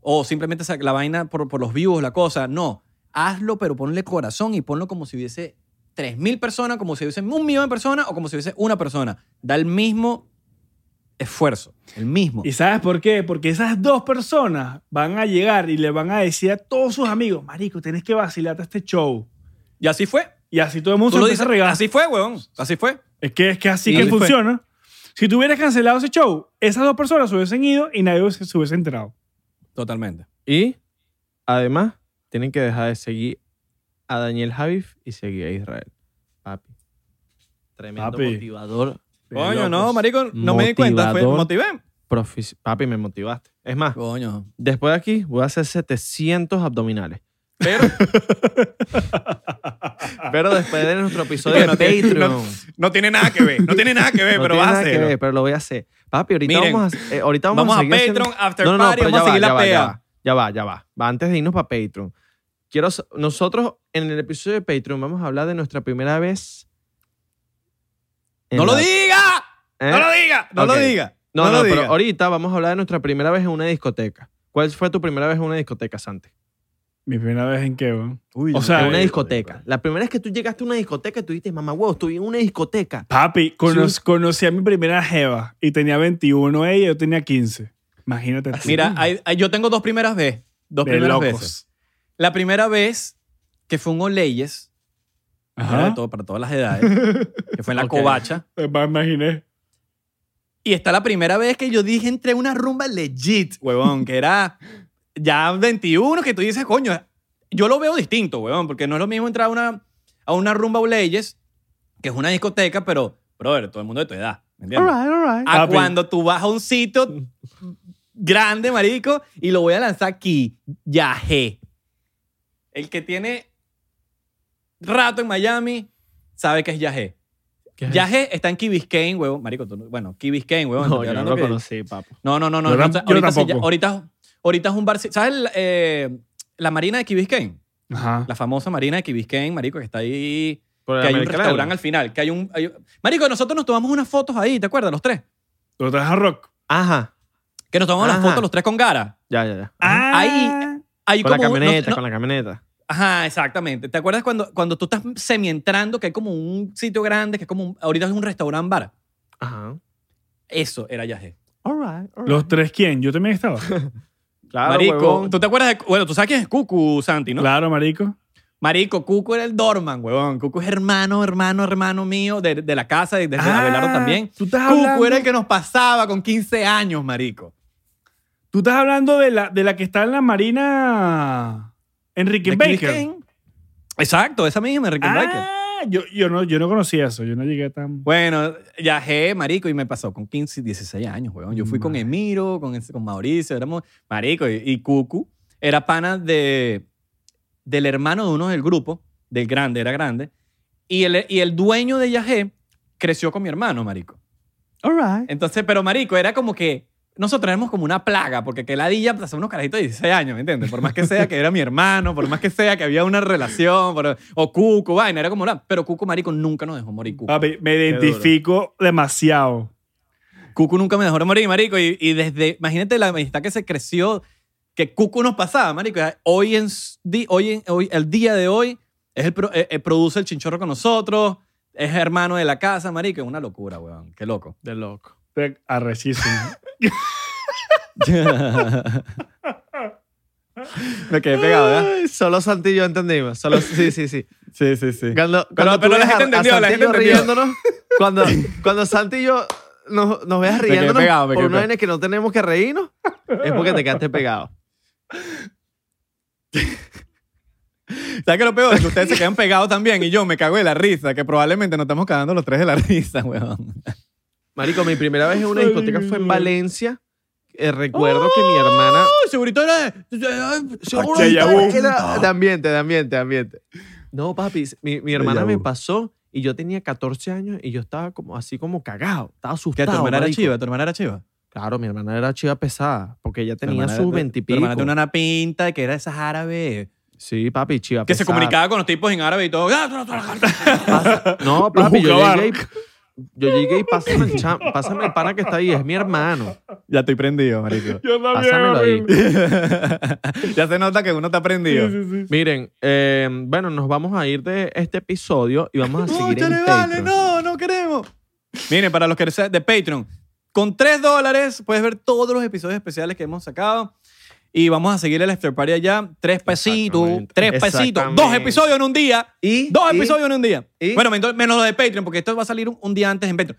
C: o simplemente sa- la vaina por, por los views, la cosa. No. Hazlo, pero ponle corazón y ponlo como si hubiese 3.000 personas, como si hubiese un millón de personas o como si hubiese una persona. Da el mismo esfuerzo. El mismo.
A: ¿Y sabes por qué? Porque esas dos personas van a llegar y le van a decir a todos sus amigos, marico, tienes que vacilarte este show.
C: Y así fue.
A: Y así todo el mundo
C: Tú
A: se
C: lo
A: empieza
C: dices,
A: a regar.
C: así fue, weón. Así fue.
A: Es que es que así
C: Y
A: que
C: así fue.
A: funciona. Si tú hubieras cancelado ese show, esas dos personas se hubiesen ido y nadie se se hubiese enterado.
C: Totalmente.
B: Y además, tienen que dejar de seguir a Daniel Javif y seguir a Israel. Papi.
D: Tremendo
A: Papi.
D: motivador.
C: Coño, no, marico, no me di cuenta. Fue,
B: Motivador.
C: motivé.
B: Profici- Papi, me motivaste. Es más,
C: Coño.
B: después de aquí voy a hacer 700 abdominales. Pero, pero después de nuestro episodio de
C: Bueno, tiene-
B: Patreon.
C: Ah. no- No tiene nada que ver. No tiene nada que ver,
B: No
C: pero
B: tiene
C: vas a
B: nada que
C: hacerlo.
B: ver, pero lo voy a hacer. Papi, ahorita
C: Miren,
B: vamos a, eh, ahorita vamos,
C: Vamos a
B: seguir haciendo-
C: Patreon, After
B: No, no, no,
C: Party,
B: pero
C: vamos a
B: ya
C: seguir
B: va,
C: la
B: ya va,
C: pea.
B: Ya va, ya va, ya va. Va, Antes de irnos para Patreon, quiero s- nosotros en el episodio de Patreon vamos a hablar de nuestra primera vez. en
C: ¡No lo
B: la-
C: diga!
B: ¿Eh?
C: ¡No lo diga! ¡No
B: Ok.
C: lo diga!
B: No, no,
C: lo
B: pero
C: diga.
B: ahorita vamos a hablar de nuestra primera vez en una discoteca. ¿Cuál fue tu primera vez en una discoteca, Santi?
A: Mi primera vez en que, weón.
C: Uy,
A: O
C: no.
A: sea,
B: en una
A: eh,
B: discoteca.
D: La primera vez que tú llegaste a una discoteca, tú dijiste, mamá, huevo, estoy en una discoteca.
A: Papi, cono- conocí a mi primera jeva y tenía 21 ella y yo tenía 15. Imagínate. tú.
C: Ah, Mira, hay- hay- yo tengo dos primeras veces. Dos
A: De
C: primeras
A: locos.
C: veces. La primera vez que fue un Oleyes,
A: Ajá.
C: era de todo, para todas las edades, que fue en la
B: Ok.
C: covacha.
A: Eh, Me imaginé.
C: Y está la primera vez que yo dije entre una rumba legit, huevón, que era ya 21, que tú dices, coño, yo lo veo distinto, huevón, porque no es lo mismo entrar a una, a una rumba o leyes, que es una discoteca, pero, brother, todo el mundo de tu edad, ¿me entiendes? A
A: Papi.
C: cuando tú vas a un sitio grande, marico, y lo voy a lanzar aquí, yaje. El que tiene rato en Miami sabe que es yaje.
B: ¿Qué es
C: Yaje está en Key Biscayne, huevón. Marico, tú no- bueno, Key Biscayne, huevón.
B: No,
C: estoy
B: yo no
C: hablando
B: lo
C: que-
B: conocí, papo.
C: no, no, no, no.
A: Yo tam-
C: ahorita,
A: yo
C: ahorita se-
A: tampoco.
C: ahorita- ahorita es un bar. ¿Sabes el, eh, la marina de Key Biscayne?
A: Ajá.
C: La famosa marina de Key Biscayne, marico, que está ahí.
B: Por
C: que hay un
B: American
C: restaurante
B: Airlines.
C: al final. Que hay un, hay un- Marico, nosotros nos tomamos unas fotos ahí, ¿te acuerdas? Los tres.
A: ¿Lo traes a rock?
B: Ajá.
C: Que nos tomamos las
B: Ajá.
C: fotos los tres con Gara.
B: Ya, ya, ya.
A: Ah,
C: Hay
B: Con la
C: como un- no-
B: camioneta,
C: no-
B: con la camioneta.
C: Ajá, exactamente. ¿Te acuerdas cuando, cuando tú estás semi entrando, que hay como un sitio grande, que es como. un- ahorita es un restaurante bar?
B: Ajá.
C: Eso era Yajé.
D: All right, all right.
A: ¿Los tres quién? Yo también estaba.
B: Claro,
C: Marico,
B: huevón.
C: ¿tú te acuerdas de.? Bueno, tú sabes quién es Cucu, Santi, ¿no?
A: Claro, marico.
C: Marico, Cucu era el Dorman, huevón. Cucu es hermano, hermano, hermano mío de, de la casa, de, de Abelardo también.
A: Tú estás
C: Cucu
A: Ah, hablando,
C: era el que nos pasaba con 15 años, marico.
A: tú estás hablando de, la, de la que está en la marina Enrique
C: De Chris
A: Baker.
C: Kane. Exacto, esa misma, Enrique Baker.
A: Ah, yo, yo, no, yo no conocía eso. Yo no llegué tan...
C: Bueno, viajé, marico, y me pasó con 15, 16 años, weón. Yo fui con Emiro, con, ese- con Mauricio, éramos, marico, y, y Cucu era pana de, del hermano de uno del grupo, del grande, era grande, y el, y el dueño de Yajé creció con mi hermano, marico.
F: All right.
C: Entonces, pero marico, era como que nosotros éramos como una plaga, porque que ladilla pasaba unos carajitos de 16 años, ¿me entiendes? Por más que sea que era mi hermano, por más que sea que había una relación, por- o Cucu, vaina, era como la... Pero Cucu, marico, nunca nos dejó morir, Cucu.
A: Papi, me identifico demasiado.
C: Cucu nunca me dejó de morir, marico. Y, y desde, imagínate la amistad que se creció, que Cucu nos pasaba, marico. Hoy en, s- di- hoy en- hoy, el día de hoy, es el pro- eh, eh, produce el chinchorro con nosotros, es hermano de la casa, marico. Es una locura, weón. Qué loco.
B: De loco.
A: Arrecísimo.
C: Me quedé pegado, ¿verdad?
B: Ay, Solo Santi y yo entendimos. Solo, sí, sí, sí.
F: Sí, sí, sí.
B: Cuando,
C: Pero-
B: cuando tú
C: pero la
B: ves a-
C: gente
B: a
C: entendió, la
B: Santi y
C: gente
B: yo
C: entendió.
B: riéndonos, cuando, cuando Santi y yo nos, nos veas
C: quedé
B: riéndonos
C: pegado, me
B: por
C: quedé
B: una
C: pegado.
B: vaina que no tenemos que reírnos, es porque te quedaste pegado.
C: ¿Sabes qué lo peor? Que ustedes se quedan pegados también y yo me cago de la risa, que probablemente nos estamos cagando los tres de la risa, weón.
B: Marico, mi primera vez en una
A: Ay,
B: discoteca
A: mi
B: fue en
A: vida.
B: Valencia. Eh, recuerdo que mi hermana...
C: Segurito era...
A: seguro Pacheya, era- uh.
B: Era de ambiente, de ambiente, de ambiente. No, papi, mi, mi hermana me
F: Déjà vu.
B: pasó y yo tenía 14 años y yo estaba como así como cagado. Estaba
C: ¿Qué?
B: asustado.
C: ¿Tu hermana era
B: marico.
C: chiva? ¿Tu hermana era chiva?
B: Claro, mi hermana era chiva pesada porque ella
C: Tu
B: tenía
C: hermana-
B: sus
C: tu-
B: 20 y
C: Tu hermana
B: pico.
C: tenía una pinta de que era esas árabes.
B: Sí, papi, chiva
C: Que se
B: pesada.
C: comunicaba con los tipos en árabe y todo.
B: Pasa- No, papi, yo
A: Jucabar.
B: llegué, y- yo llegué y pásame el, cham- pásame el pana que está ahí, es mi hermano.
C: Ya estoy prendido, marico.
A: Yo
B: Pásamelo ahí.
C: ya se nota que uno está prendido.
B: Miren, eh, bueno, nos vamos a ir de este episodio y vamos a seguir en
C: Cónchale, vale,
B: Patreon.
C: no, no queremos. Miren, para los que sean de Patreon, con 3 dólares puedes ver todos los episodios especiales que hemos sacado. Y vamos a seguir el after party allá. Tres pesitos,
B: Exactamente.
C: tres pesitos. Dos
B: Exactamente.
C: episodios en un día.
B: Y,
C: Dos
B: y-
C: episodios en un día.
B: y-
C: Bueno, men- menos los de Patreon, porque esto va a salir un, un día antes en Patreon.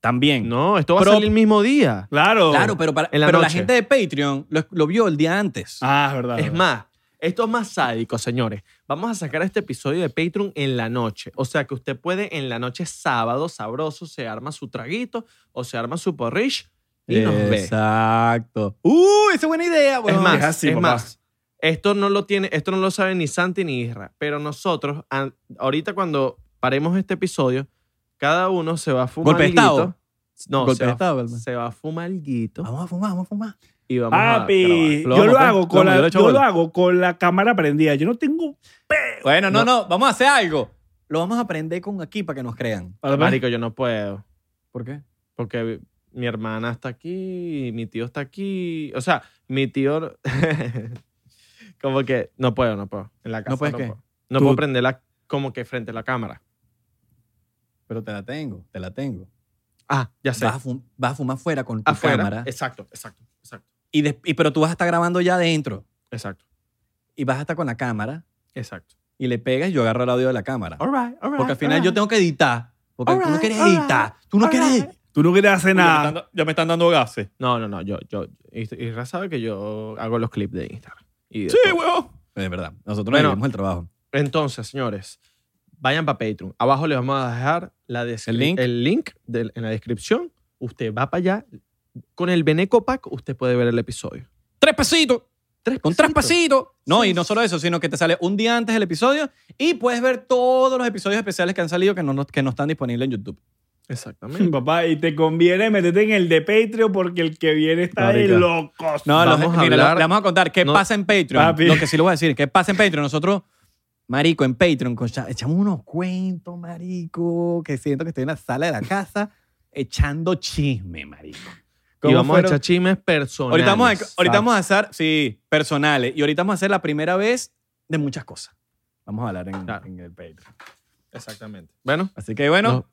C: También.
B: No, esto va
C: Pero-
B: a salir el mismo día.
A: Claro.
C: Claro, pero, para,
B: Oh, En la
C: pero la
B: noche.
C: gente de Patreon lo, lo vio el día antes.
A: Ah, es verdad.
B: Es
A: verdad.
B: más, esto es más sádico, señores. Vamos a sacar este episodio de Patreon en la noche. O sea que usted puede en la noche sábado, sabroso, se arma su traguito o se arma su porridge y nos ve.
C: Exacto. ¡Uh! Esa es buena idea,
B: Es
C: weón.
B: más,
A: es
B: es,
A: así, papá.
B: más. Esto no lo tiene, esto no lo sabe ni Santi ni Isra, pero nosotros an- ahorita cuando paremos este episodio, cada uno se va a fumar
C: Golpe de
B: alguito.
C: estado.
B: No,
C: Golpe
B: se,
C: de
B: va,
C: estado, Alma.
B: se va a fumar alguito
C: Vamos a fumar, vamos a fumar.
B: y vamos a
A: Papi,
B: grabar.
A: yo
B: vamos
A: lo
B: a hacer.
A: hago con
B: Lo vamos, yo lo
A: la,
B: he hecho
A: yo lo
B: ahora.
A: hago con la cámara prendida. Yo no tengo.
C: Bueno, no, no, vamos a hacer algo. Lo vamos a aprender con aquí para que nos crean.
B: Marico, yo no puedo.
C: ¿Por qué?
B: porque mi hermana está aquí, mi tío está aquí, o sea, mi tío como que no puedo, no puedo en la casa.
C: puedes qué?
B: puedo. No
A: Tú-
B: puedo prenderla como que frente a la cámara.
C: Pero te la tengo, te la tengo.
B: Ah, ya sé.
C: Vas a, fum- vas a fumar fuera con tu
B: Afuera.
C: cámara.
B: Exacto, exacto, exacto,
C: Y des- y- pero tú vas a estar grabando ya adentro.
B: exacto,
C: Y vas a estar con la cámara
B: exacto.
C: y le pegas y yo agarro el audio de la cámara.
B: All right, all right,
C: Porque al final
B: all
C: yo
B: right.
C: tengo que editar. Porque tú no
G: Alright,
C: quieres
G: alright,
C: editar. Tú no quieres.
G: alright.
A: Tú no quieres hacer nada.
C: ya me están dando gases.
B: No, no, no, yo, yo, Isra sabe que yo hago los clips de Instagram. y de
C: Sí,
B: todo.
C: huevón. Es verdad. Nosotros
B: Bueno.
C: no hicimos el trabajo.
B: Entonces, señores, vayan para Patreon. Abajo les vamos a dejar la descri-
C: El link.
B: link del- en la descripción. Usted va para allá. Con el Beneco Pack, usted puede ver el episodio.
C: Tres pesitos.
B: Tres
C: Con tres pasitos. No, y no solo eso, sino que te sale un día antes del episodio y puedes ver todos los episodios especiales que han salido que no, no- que no están disponibles en YouTube.
B: Exactamente.
A: Papá, y te conviene meterte en el de Patreon porque el que viene está de
B: Marica.
A: locos.
C: No,
B: Vamos
C: los-
B: a
C: mira,
B: hablar-
C: le vamos a contar qué
B: no-
C: pasa en Patreon.
A: Papi.
C: Lo que sí lo voy a decir, qué pasa en Patreon. Nosotros, marico, en Patreon, concha- echamos unos cuentos, marico, que siento que estoy en la sala de la casa echando chisme, marico.
B: Y
C: ¿Cómo
B: vamos
C: fueron?
B: a echar chismes personales.
C: Ahorita vamos, a, ahorita vamos a hacer, sí, personales. Y ahorita vamos a hacer la primera vez de muchas cosas. Vamos a hablar en,
B: Claro.
C: en el Patreon.
B: Exactamente. Bueno,
C: Así que bueno,
B: No.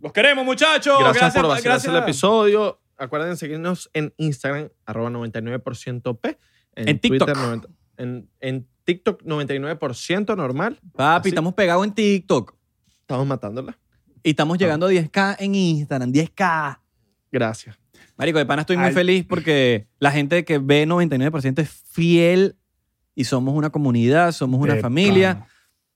C: los queremos, muchachos.
B: gracias, por vacilarse
C: gracias.
B: el episodio. Acuérdense seguirnos en Instagram, arroba 99%p.
C: En TikTok.
B: Twitter, 90 en, en TikTok, 99% normal.
C: Papi,
B: Así.
C: estamos pegados en TikTok.
B: Estamos matándola.
C: Y estamos llegando a 10K en Instagram. 10K.
B: Gracias.
C: Marico, de pana estoy muy
A: Al-
C: feliz porque la gente que ve 99% es fiel y somos una comunidad, somos una
A: Epa.
C: familia.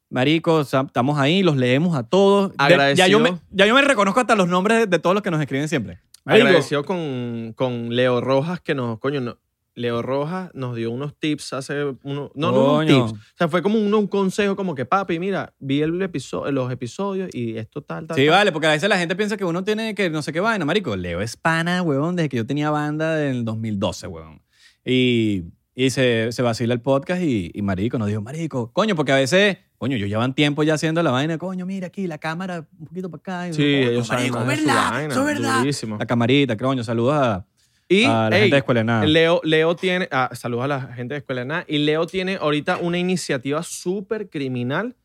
C: Marico, o sea, estamos ahí, los leemos a todos. De- ya,
B: Agradecido.
C: yo me, ya yo me reconozco hasta los nombres de, de todos los que nos escriben siempre.
A: Marico,
B: Agradecido con, con Leo Rojas que nos, coño, no- Leo Rojas nos dio unos tips hace uno, no, no unos
C: Coño.
B: tips. O sea, fue como un, un consejo como que, papi, mira, vi el episodio, los episodios y esto tal, tal.
C: Sí,
B: tal.
C: vale, porque a veces la gente piensa que uno tiene que no sé qué vaina, marico. Leo es pana, huevón, desde que yo tenía banda en el 2012, huevón. Y, y se, se vacila el podcast y, y marico nos dijo, marico, coño, porque a veces, coño, yo llevan tiempo ya haciendo la vaina, coño, mira aquí la cámara un poquito para acá. Y,
B: Sí,
C: coño,
B: ellos saben
C: marico,
B: más de su
C: ¿verdad?
B: vaina,
C: Eso es verdad.
B: durísimo.
C: La camarita, coño, saludos a,
B: Ah, Y,
C: a Ah, la
B: ey,
C: gente de Escuela de Nada.
B: Leo, Leo tiene, ah, saludos a la gente de Escuela de Nada, y Leo tiene ahorita una iniciativa súper criminal.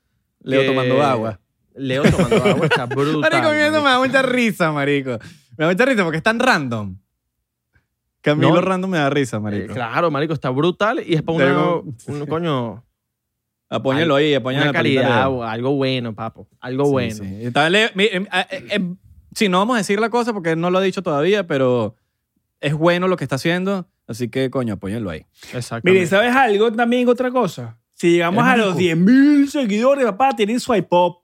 C: Leo
B: que-
C: tomando agua.
B: Leo tomando agua, está brutal.
C: Marico, a mí eso
B: marico.
C: me da mucha risa, marico. Me da mucha risa porque es tan random. Camilo
B: No.
C: random me da risa,
B: Eh,
C: marico.
B: Claro, marico, está brutal y es para
C: Tengo-
B: una, un coño,
C: Apóñalo ahí,
B: una
C: apóñalo en la palita de
B: calidad,
C: Leo.
B: o algo bueno, papo, algo
C: Sí,
B: bueno.
C: sí. Está Leo- mi- em, a- eh, em, sí, no vamos a decir la cosa porque él no lo ha dicho todavía, pero es bueno lo que está haciendo. Así que, coño, apóyenlo ahí.
B: Exacto.
A: Mire, ¿sabes algo? También otra cosa. Si llegamos
C: Eres
A: a los
C: marico.
A: 10.000 seguidores, papá, tienen su iPop.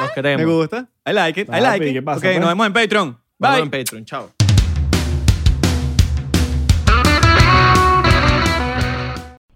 B: Los queremos.
C: Me gusta. I like it. I
A: Papi,
C: like it.
A: ¿qué pasa,
C: ok,
A: pues?
C: nos vemos en Patreon.
B: Nos vemos
C: Bye.
B: en Patreon, chao.